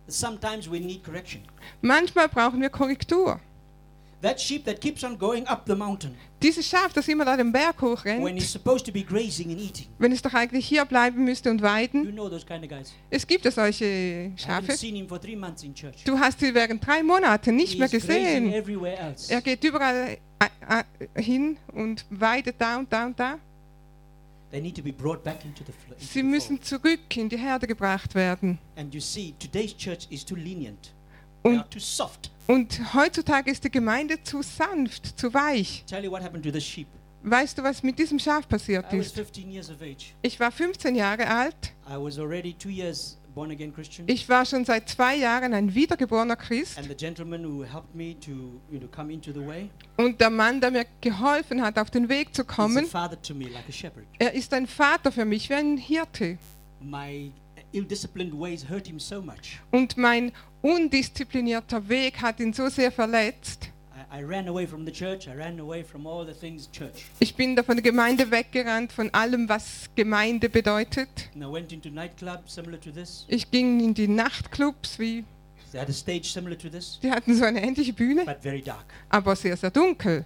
[SPEAKER 1] sometimes we need correction.
[SPEAKER 2] Manchmal brauchen wir Korrektur.
[SPEAKER 1] That sheep that keeps on going up the mountain
[SPEAKER 2] Dieses Schaf, das immer da den Berg
[SPEAKER 1] when it's
[SPEAKER 2] hochrennt,
[SPEAKER 1] supposed to be grazing and eating.
[SPEAKER 2] wenn es doch eigentlich hier bleiben müsste und
[SPEAKER 1] You
[SPEAKER 2] weiden.
[SPEAKER 1] know those kind of guys.
[SPEAKER 2] Es gibt ja solche
[SPEAKER 1] I haven't
[SPEAKER 2] Schafe.
[SPEAKER 1] seen him for three months in church.
[SPEAKER 2] Du hast sie während drei Monaten nicht
[SPEAKER 1] He
[SPEAKER 2] mehr
[SPEAKER 1] is grazing
[SPEAKER 2] gesehen.
[SPEAKER 1] everywhere else.
[SPEAKER 2] Er geht überall äh, äh, hin und weidet da und da und da.
[SPEAKER 1] They need to be brought back into the, fl- into
[SPEAKER 2] Sie
[SPEAKER 1] the
[SPEAKER 2] müssen
[SPEAKER 1] fold.
[SPEAKER 2] zurück in die Herde gebracht werden.
[SPEAKER 1] And you see, today's church is too lenient. They
[SPEAKER 2] Und-
[SPEAKER 1] are too soft.
[SPEAKER 2] Und heutzutage ist die Gemeinde zu sanft, zu weich.
[SPEAKER 1] Tell you what happened to the sheep.
[SPEAKER 2] Weißt du, was mit diesem Schaf passiert
[SPEAKER 1] I was
[SPEAKER 2] ist?
[SPEAKER 1] 15 years of age.
[SPEAKER 2] Ich war 15 Jahre alt.
[SPEAKER 1] I was already two years born again Christian.
[SPEAKER 2] Ich war schon seit zwei Jahren ein wiedergeborener Christ.
[SPEAKER 1] And the gentleman who helped me to you know, come into the way
[SPEAKER 2] Und der Mann, der mir geholfen hat, auf den Weg zu
[SPEAKER 1] is a
[SPEAKER 2] kommen,
[SPEAKER 1] father to me like a shepherd.
[SPEAKER 2] er ist ein Vater für mich, wie ein Hirte.
[SPEAKER 1] My uh, ill-disciplined ways hurt him so much.
[SPEAKER 2] Und mein undisziplinierter Weg hat ihn so sehr verletzt.
[SPEAKER 1] I, I ran away from the church. I ran away from all the things church.
[SPEAKER 2] Ich bin da von der Gemeinde weggerannt, von allem, was Gemeinde bedeutet.
[SPEAKER 1] And I went into nightclubs similar to this.
[SPEAKER 2] Ich ging in die Nachtclubs, wie,
[SPEAKER 1] They had a stage similar to this,
[SPEAKER 2] die hatten so eine ähnliche Bühne,
[SPEAKER 1] but very dark.
[SPEAKER 2] aber sehr, sehr dunkel.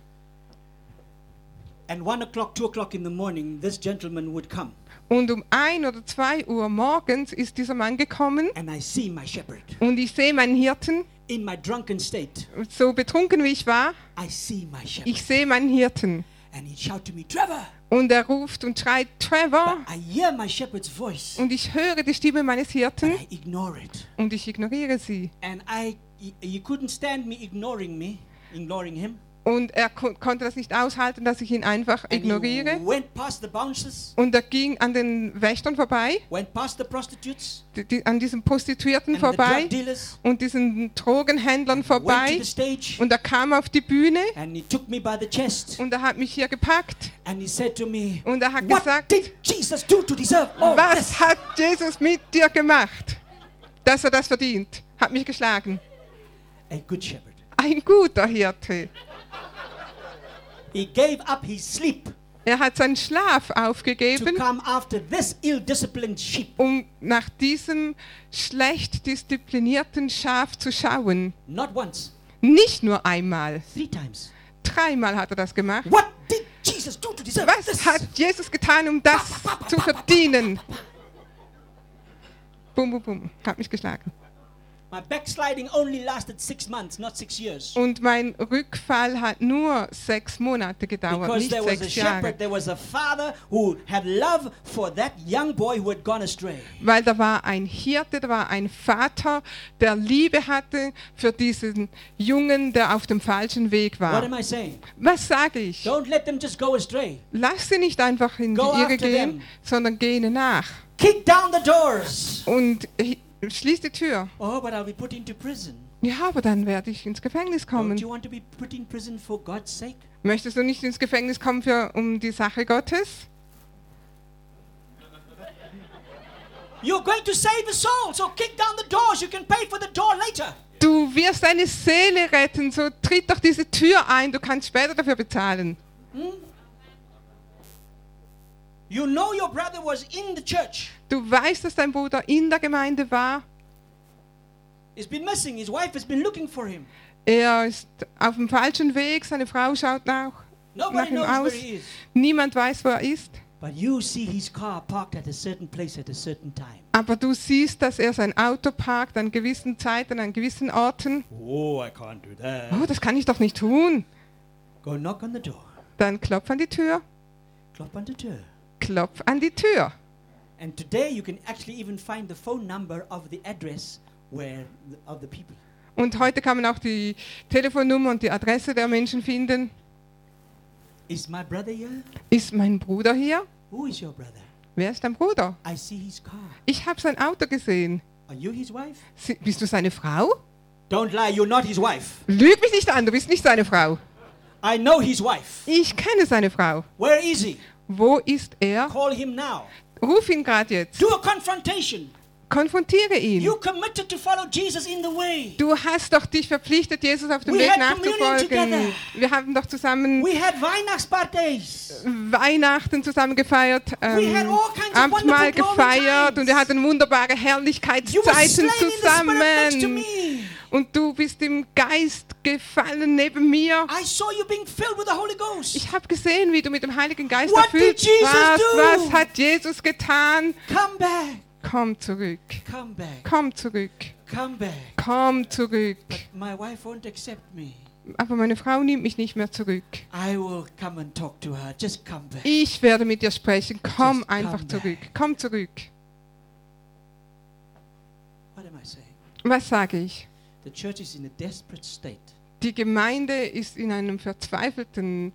[SPEAKER 1] And one o'clock, two o'clock in the morning, this gentleman would come,
[SPEAKER 2] Und um ein oder zwei Uhr morgens ist dieser Mann gekommen
[SPEAKER 1] and I see my shepherd
[SPEAKER 2] und ich sehe meinen Hirten,
[SPEAKER 1] in my drunken state.
[SPEAKER 2] so betrunken wie ich war,
[SPEAKER 1] I see my shepherd,
[SPEAKER 2] ich sehe meinen Hirten.
[SPEAKER 1] and he shout to me, "Trevor!"
[SPEAKER 2] Und er ruft und schreit, Trevor!
[SPEAKER 1] I hear my shepherd's voice,
[SPEAKER 2] Und ich höre die Stimme meines
[SPEAKER 1] but
[SPEAKER 2] Hirten
[SPEAKER 1] I ignore it.
[SPEAKER 2] und ich ignoriere sie.
[SPEAKER 1] And I, he, he couldn't stand me ignoring me, ignoring him.
[SPEAKER 2] Und er ko konnte das nicht aushalten, dass ich ihn einfach
[SPEAKER 1] And He
[SPEAKER 2] ignoriere.
[SPEAKER 1] went past the bouncers,
[SPEAKER 2] Und er ging an den Wächtern vorbei,
[SPEAKER 1] went past the prostitutes,
[SPEAKER 2] die, die, an diesen Prostituierten
[SPEAKER 1] and the
[SPEAKER 2] vorbei
[SPEAKER 1] drug dealers.
[SPEAKER 2] und diesen Drogenhändlern
[SPEAKER 1] Went to
[SPEAKER 2] vorbei.
[SPEAKER 1] the stage,
[SPEAKER 2] Und er kam auf die Bühne
[SPEAKER 1] and he took me by the chest,
[SPEAKER 2] und er hat mich hier gepackt.
[SPEAKER 1] and he said to me,
[SPEAKER 2] Und er hat
[SPEAKER 1] "What
[SPEAKER 2] gesagt,
[SPEAKER 1] did Jesus do to deserve all this?"
[SPEAKER 2] Was hat Jesus mit dir gemacht, dass er das verdient? Hat mich geschlagen.
[SPEAKER 1] A good shepherd.
[SPEAKER 2] Ein guter Hirte.
[SPEAKER 1] He gave up his sleep
[SPEAKER 2] Er hat seinen Schlaf
[SPEAKER 1] to
[SPEAKER 2] aufgegeben,
[SPEAKER 1] come after this ill-disciplined sheep.
[SPEAKER 2] um nach diesem schlecht disziplinierten Schaf zu schauen.
[SPEAKER 1] Not once,
[SPEAKER 2] Nicht nur einmal,
[SPEAKER 1] three times.
[SPEAKER 2] dreimal hat er das gemacht.
[SPEAKER 1] What did Jesus do to deserve this?
[SPEAKER 2] Was hat Jesus getan, um das zu verdienen? Bum, bum, bum, hat mich geschlagen.
[SPEAKER 1] My backsliding only lasted six months, not six years.
[SPEAKER 2] Und mein Rückfall hat nur sechs Monate gedauert,
[SPEAKER 1] Because
[SPEAKER 2] nicht
[SPEAKER 1] there was a
[SPEAKER 2] sechs Jahre.
[SPEAKER 1] shepherd, there was a father who had love for that young boy who had gone astray.
[SPEAKER 2] Weil da war ein Hirte, da war ein Vater, der Liebe hatte für diesen Jungen, der auf dem falschen Weg
[SPEAKER 1] What am
[SPEAKER 2] war.
[SPEAKER 1] I saying?
[SPEAKER 2] Was sage ich?
[SPEAKER 1] Don't let them just go astray.
[SPEAKER 2] Lass sie nicht einfach in die
[SPEAKER 1] Go after
[SPEAKER 2] Irre gehen,
[SPEAKER 1] them.
[SPEAKER 2] sondern geh ihnen nach.
[SPEAKER 1] Kick down the doors.
[SPEAKER 2] Und hi- schließ die Tür.
[SPEAKER 1] Oh, but I'll be put into prison.
[SPEAKER 2] Ja, aber dann werde ich ins Gefängnis
[SPEAKER 1] Don't you
[SPEAKER 2] kommen.
[SPEAKER 1] want to be put in prison for God's sake?
[SPEAKER 2] Möchtest du nicht ins Gefängnis kommen für, um die Sache Gottes?
[SPEAKER 1] You're going to save a soul, so kick down the doors. You can pay for the door later.
[SPEAKER 2] Du wirst deine Seele retten, so tritt doch diese Tür ein, du kannst später dafür bezahlen.
[SPEAKER 1] You know your brother was in the church.
[SPEAKER 2] Du weißt, dass dein Bruder in der Gemeinde war,
[SPEAKER 1] He's been missing. His wife has been looking for him.
[SPEAKER 2] Er ist auf dem falschen Weg, seine Frau schaut nach, nach
[SPEAKER 1] Nobody
[SPEAKER 2] ihm
[SPEAKER 1] knows where
[SPEAKER 2] aus.
[SPEAKER 1] he is.
[SPEAKER 2] Niemand weiß, wo er ist.
[SPEAKER 1] But you see his car parked at a certain place at a certain time.
[SPEAKER 2] Aber du siehst, dass er sein Auto parkt an gewissen Zeiten, an gewissen Orten.
[SPEAKER 1] Oh, I can't do that.
[SPEAKER 2] Oh, das kann ich doch nicht tun.
[SPEAKER 1] Go knock on the door.
[SPEAKER 2] Dann klopf an die Tür,
[SPEAKER 1] Klop on the door.
[SPEAKER 2] klopf an die Tür.
[SPEAKER 1] And today you can actually even find the phone number of the address where of the people.
[SPEAKER 2] Und heute kann man auch die Telefonnummer und die Adresse der Menschen finden.
[SPEAKER 1] Is my brother here?
[SPEAKER 2] Ist mein Bruder hier?
[SPEAKER 1] Who is your brother?
[SPEAKER 2] Wer ist dein Bruder?
[SPEAKER 1] I see his car.
[SPEAKER 2] Ich habe sein Auto gesehen.
[SPEAKER 1] Are you his wife?
[SPEAKER 2] Sie, bist du seine Frau?
[SPEAKER 1] Don't lie, you're not his wife.
[SPEAKER 2] Lüg mich nicht an, du bist nicht seine Frau.
[SPEAKER 1] I know his wife.
[SPEAKER 2] Ich kenne seine Frau.
[SPEAKER 1] Where is he?
[SPEAKER 2] Wo ist er?
[SPEAKER 1] Call him now.
[SPEAKER 2] Ruf ihn gerade jetzt.
[SPEAKER 1] Do a confrontation.
[SPEAKER 2] konfrontiere ihn.
[SPEAKER 1] You committed to follow Jesus in the way.
[SPEAKER 2] Du hast doch dich verpflichtet, Jesus auf dem
[SPEAKER 1] We
[SPEAKER 2] Weg
[SPEAKER 1] had communion
[SPEAKER 2] nachzufolgen.
[SPEAKER 1] together.
[SPEAKER 2] Wir haben doch zusammen
[SPEAKER 1] We had Weihnachtspartys.
[SPEAKER 2] Weihnachten zusammen gefeiert,
[SPEAKER 1] We had
[SPEAKER 2] ähm,
[SPEAKER 1] all kinds of
[SPEAKER 2] Abendmahl
[SPEAKER 1] wonderful glory
[SPEAKER 2] gefeiert
[SPEAKER 1] times.
[SPEAKER 2] und wir hatten wunderbare
[SPEAKER 1] You were slain
[SPEAKER 2] Herrlichkeitszeiten
[SPEAKER 1] in the spirit next to
[SPEAKER 2] zusammen.
[SPEAKER 1] me.
[SPEAKER 2] Und du bist im Geist gefallen neben mir.
[SPEAKER 1] I saw you being filled with the Holy Ghost.
[SPEAKER 2] Ich habe gesehen, wie du mit dem Heiligen Geist
[SPEAKER 1] What
[SPEAKER 2] erfüllt
[SPEAKER 1] did Jesus
[SPEAKER 2] warst.
[SPEAKER 1] do?
[SPEAKER 2] Was hat Jesus getan?
[SPEAKER 1] Come back.
[SPEAKER 2] Komm zurück.
[SPEAKER 1] Come back.
[SPEAKER 2] Komm zurück.
[SPEAKER 1] Come back.
[SPEAKER 2] Komm zurück.
[SPEAKER 1] My wife won't accept me.
[SPEAKER 2] Aber meine Frau nimmt mich nicht mehr zurück.
[SPEAKER 1] I will come and talk to her. Just come back.
[SPEAKER 2] Ich werde mit dir sprechen. Komm
[SPEAKER 1] Just
[SPEAKER 2] einfach
[SPEAKER 1] come
[SPEAKER 2] zurück. Komm zurück.
[SPEAKER 1] What am I saying?
[SPEAKER 2] Was sage ich?
[SPEAKER 1] The church is in a desperate state
[SPEAKER 2] Die Gemeinde ist in einem verzweifelten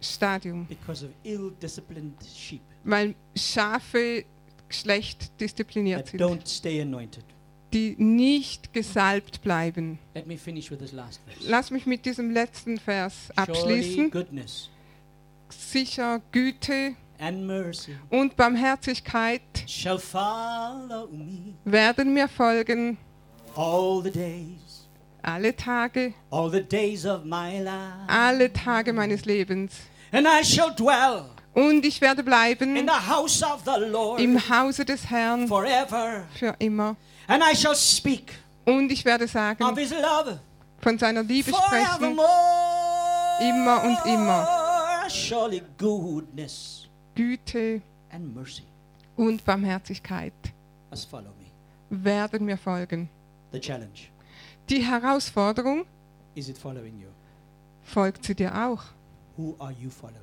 [SPEAKER 2] Stadium,
[SPEAKER 1] because of ill-disciplined sheep
[SPEAKER 2] weil Schafe schlecht diszipliniert
[SPEAKER 1] that
[SPEAKER 2] sind,
[SPEAKER 1] don't stay anointed.
[SPEAKER 2] die nicht gesalbt bleiben.
[SPEAKER 1] Let me finish with this last verse.
[SPEAKER 2] Lass mich mit diesem letzten Vers
[SPEAKER 1] Surely
[SPEAKER 2] abschließen.
[SPEAKER 1] goodness
[SPEAKER 2] Sicher Güte
[SPEAKER 1] and mercy
[SPEAKER 2] und Barmherzigkeit
[SPEAKER 1] shall follow me
[SPEAKER 2] werden mir folgen
[SPEAKER 1] all the days,
[SPEAKER 2] alle Tage,
[SPEAKER 1] all the days of my life.
[SPEAKER 2] alle Tage meines Lebens.
[SPEAKER 1] And I shall dwell
[SPEAKER 2] Und ich werde
[SPEAKER 1] in
[SPEAKER 2] bleiben
[SPEAKER 1] the house of the Lord
[SPEAKER 2] im Hause des Herrn
[SPEAKER 1] forever.
[SPEAKER 2] für immer.
[SPEAKER 1] And I shall speak
[SPEAKER 2] Und ich werde
[SPEAKER 1] of
[SPEAKER 2] sagen,
[SPEAKER 1] his love
[SPEAKER 2] von seiner Liebe sprechen.
[SPEAKER 1] forevermore.
[SPEAKER 2] Immer und
[SPEAKER 1] Surely goodness
[SPEAKER 2] Güte
[SPEAKER 1] and mercy
[SPEAKER 2] und Barmherzigkeit
[SPEAKER 1] must follow me.
[SPEAKER 2] werden mir folgen.
[SPEAKER 1] The challenge
[SPEAKER 2] Die Herausforderung
[SPEAKER 1] is it following you?
[SPEAKER 2] folgt sie dir auch.
[SPEAKER 1] Who are you following?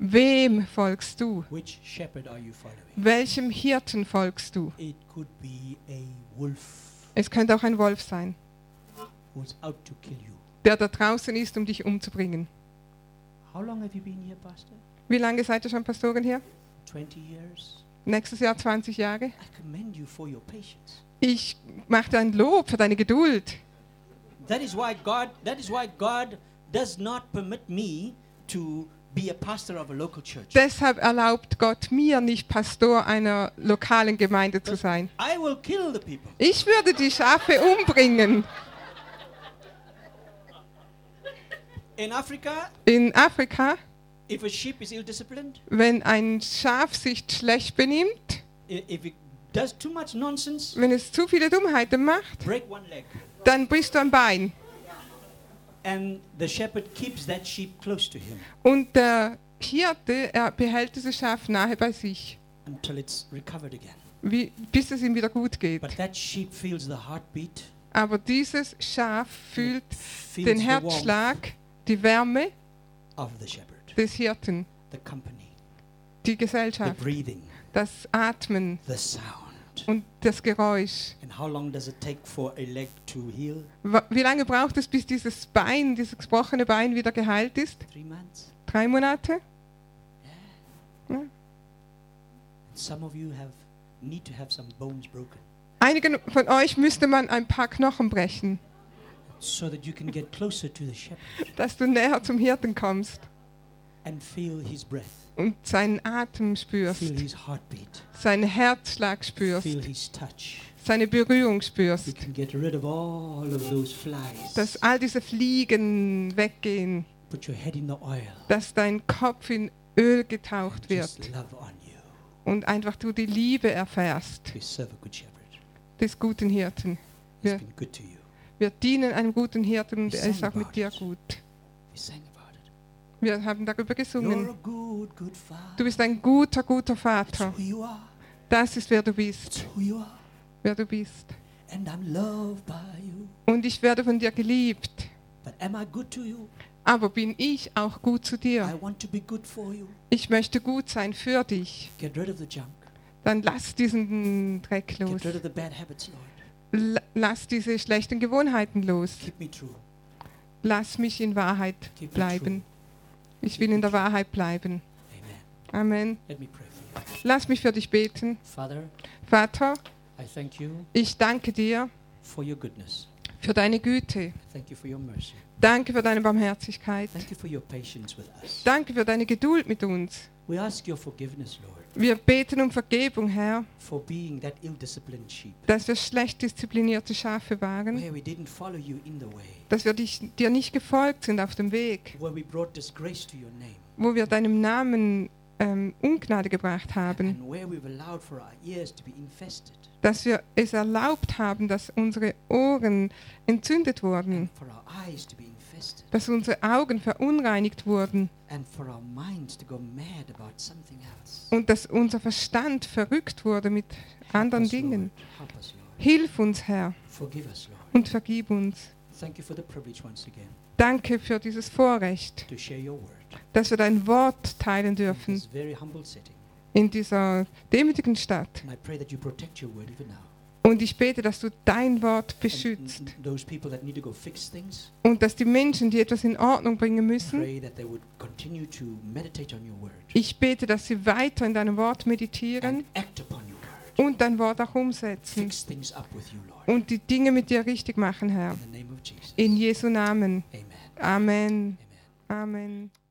[SPEAKER 2] Wem folgst du?
[SPEAKER 1] Which shepherd are you following?
[SPEAKER 2] Welchem Hirten folgst du?
[SPEAKER 1] It could be a wolf
[SPEAKER 2] Es könnte auch ein Wolf sein,
[SPEAKER 1] who's out to kill you.
[SPEAKER 2] der da draußen ist, um dich umzubringen.
[SPEAKER 1] How long have you been here, Pastor?
[SPEAKER 2] Wie lange seid ihr schon Pastorin hier?
[SPEAKER 1] 20 years?
[SPEAKER 2] Nächstes Jahr 20 Jahre?
[SPEAKER 1] I commend you for your patience.
[SPEAKER 2] Ich mache dir ein Lob für deine Geduld.
[SPEAKER 1] That is why God that is why God does not permit me to be a pastor of a local church.
[SPEAKER 2] Deshalb erlaubt Gott mir nicht Pastor einer lokalen Gemeinde zu sein.
[SPEAKER 1] I will kill the people.
[SPEAKER 2] Ich würde die Schafe umbringen.
[SPEAKER 1] In Africa,
[SPEAKER 2] In Afrika
[SPEAKER 1] if a sheep is ill disciplined,
[SPEAKER 2] wenn ein Schaf sich schlecht benimmt,
[SPEAKER 1] if it does too much nonsense,
[SPEAKER 2] wenn es zu viele Dummheiten macht,
[SPEAKER 1] break one leg.
[SPEAKER 2] dann brichst du ein Bein.
[SPEAKER 1] And the shepherd keeps that sheep close to him
[SPEAKER 2] Und der Hirte er behält dieses Schaf nahe bei sich,
[SPEAKER 1] until it's recovered again.
[SPEAKER 2] wie, bis es ihm wieder gut geht.
[SPEAKER 1] But that sheep feels the heartbeat,
[SPEAKER 2] Aber dieses Schaf fühlt den
[SPEAKER 1] feels the warmth
[SPEAKER 2] Herzschlag, die Wärme
[SPEAKER 1] of the shepherd,
[SPEAKER 2] des Hirten,
[SPEAKER 1] the company,
[SPEAKER 2] die
[SPEAKER 1] the
[SPEAKER 2] Gesellschaft,
[SPEAKER 1] breathing,
[SPEAKER 2] das Atmen
[SPEAKER 1] the sound.
[SPEAKER 2] und das Geräusch.
[SPEAKER 1] And how long does it take for a leg to heal?
[SPEAKER 2] Wa- Wie lange braucht es, bis dieses Bein, dieses gebrochene Bein wieder geheilt ist?
[SPEAKER 1] Three months?
[SPEAKER 2] Drei Monate?
[SPEAKER 1] Some of you have need to have some bones broken
[SPEAKER 2] Einigen von euch müsste man ein paar Knochen brechen.
[SPEAKER 1] so that you can get closer to the shepherd
[SPEAKER 2] dass du näher zum Hirten kommst
[SPEAKER 1] and feel his breath,
[SPEAKER 2] und seinen Atem
[SPEAKER 1] feel
[SPEAKER 2] spürst,
[SPEAKER 1] his heartbeat,
[SPEAKER 2] seinen Herzschlag spürst,
[SPEAKER 1] feel his touch.
[SPEAKER 2] seine Berührung
[SPEAKER 1] You
[SPEAKER 2] spürst,
[SPEAKER 1] can get rid of all of those flies.
[SPEAKER 2] dass all diese Fliegen weggehen,
[SPEAKER 1] Put your head in the oil.
[SPEAKER 2] dass dein Kopf in Öl getaucht wird
[SPEAKER 1] Just love on you.
[SPEAKER 2] und einfach du die Liebe erfährst
[SPEAKER 1] We serve a good shepherd.
[SPEAKER 2] des guten Hirten.
[SPEAKER 1] He's
[SPEAKER 2] Yeah.
[SPEAKER 1] been good to you.
[SPEAKER 2] Wir dienen einem guten Hirten und
[SPEAKER 1] Wir
[SPEAKER 2] er ist
[SPEAKER 1] singen
[SPEAKER 2] auch mit
[SPEAKER 1] about
[SPEAKER 2] dir
[SPEAKER 1] it.
[SPEAKER 2] gut.
[SPEAKER 1] We sang about it.
[SPEAKER 2] Wir haben darüber
[SPEAKER 1] You're a
[SPEAKER 2] gesungen.
[SPEAKER 1] good, good
[SPEAKER 2] Du
[SPEAKER 1] father.
[SPEAKER 2] bist ein guter, guter
[SPEAKER 1] It's
[SPEAKER 2] Vater.
[SPEAKER 1] who you are.
[SPEAKER 2] Das ist, wer du
[SPEAKER 1] It's
[SPEAKER 2] bist,
[SPEAKER 1] who you are.
[SPEAKER 2] wer du bist.
[SPEAKER 1] And I'm loved by you.
[SPEAKER 2] Und ich werde von dir geliebt.
[SPEAKER 1] But am I good to you?
[SPEAKER 2] Aber bin ich auch gut zu dir?
[SPEAKER 1] I want to be good for you.
[SPEAKER 2] Ich möchte gut sein für dich.
[SPEAKER 1] Get rid of the junk.
[SPEAKER 2] Dann lass diesen Dreck los.
[SPEAKER 1] Get rid of the bad habits, Lord.
[SPEAKER 2] L lass diese schlechten Gewohnheiten los.
[SPEAKER 1] Keep me true.
[SPEAKER 2] Lass mich in Wahrheit
[SPEAKER 1] Keep me
[SPEAKER 2] bleiben. Ich will in der Wahrheit bleiben.
[SPEAKER 1] true. Amen.
[SPEAKER 2] Amen.
[SPEAKER 1] Let me pray for you.
[SPEAKER 2] Lass mich für dich beten.
[SPEAKER 1] Father,
[SPEAKER 2] Vater,
[SPEAKER 1] I thank you
[SPEAKER 2] ich danke dir
[SPEAKER 1] for your goodness.
[SPEAKER 2] für deine Güte.
[SPEAKER 1] Thank you for your mercy.
[SPEAKER 2] Danke für deine Barmherzigkeit.
[SPEAKER 1] Thank you for your patience with us.
[SPEAKER 2] Danke für deine Geduld mit uns.
[SPEAKER 1] We ask your forgiveness, Lord,
[SPEAKER 2] Wir beten um Vergebung, Herr,
[SPEAKER 1] for being that ill disciplined sheep,
[SPEAKER 2] dass wir schlecht disziplinierte Schafe waren,
[SPEAKER 1] where we didn't follow you in the way,
[SPEAKER 2] dass wir dich, dir nicht gefolgt sind auf dem Weg,
[SPEAKER 1] where we brought disgrace to your name,
[SPEAKER 2] wo wir deinem Namen ähm, Ungnade gebracht haben,
[SPEAKER 1] and where we've allowed for our ears to be infested,
[SPEAKER 2] dass wir es erlaubt haben, dass unsere Ohren entzündet wurden,
[SPEAKER 1] for our eyes to be infested,
[SPEAKER 2] dass unsere Augen verunreinigt wurden
[SPEAKER 1] and for our minds to go mad about something else.
[SPEAKER 2] und dass unser Verstand verrückt wurde mit anderen
[SPEAKER 1] Help us,
[SPEAKER 2] Dingen.
[SPEAKER 1] Lord. Help us, Lord.
[SPEAKER 2] Hilf uns, Herr,
[SPEAKER 1] Forgive us, Lord.
[SPEAKER 2] und vergib uns.
[SPEAKER 1] Thank you for the privilege once again
[SPEAKER 2] Danke für dieses Vorrecht,
[SPEAKER 1] to share your word
[SPEAKER 2] dass wir dein Wort teilen
[SPEAKER 1] in
[SPEAKER 2] dürfen
[SPEAKER 1] this very humble setting.
[SPEAKER 2] in dieser demütigen Stadt.
[SPEAKER 1] And I pray that you protect your word even now.
[SPEAKER 2] Und ich bete, dass du dein
[SPEAKER 1] And-
[SPEAKER 2] Wort
[SPEAKER 1] and-
[SPEAKER 2] beschützt
[SPEAKER 1] and those people that need to go fix things,
[SPEAKER 2] und dass die Menschen, die etwas in Ordnung bringen müssen,
[SPEAKER 1] pray that they would continue to meditate on your word
[SPEAKER 2] ich bete, dass sie weiter in deinem Wort meditieren
[SPEAKER 1] and act upon your word.
[SPEAKER 2] und dein Wort auch umsetzen
[SPEAKER 1] Fix things up with you, Lord.
[SPEAKER 2] und die Dinge mit dir richtig machen, Herr.
[SPEAKER 1] In the name of Jesus.
[SPEAKER 2] In Jesu Namen.
[SPEAKER 1] Amen.
[SPEAKER 2] Amen.
[SPEAKER 1] Amen.
[SPEAKER 2] Amen.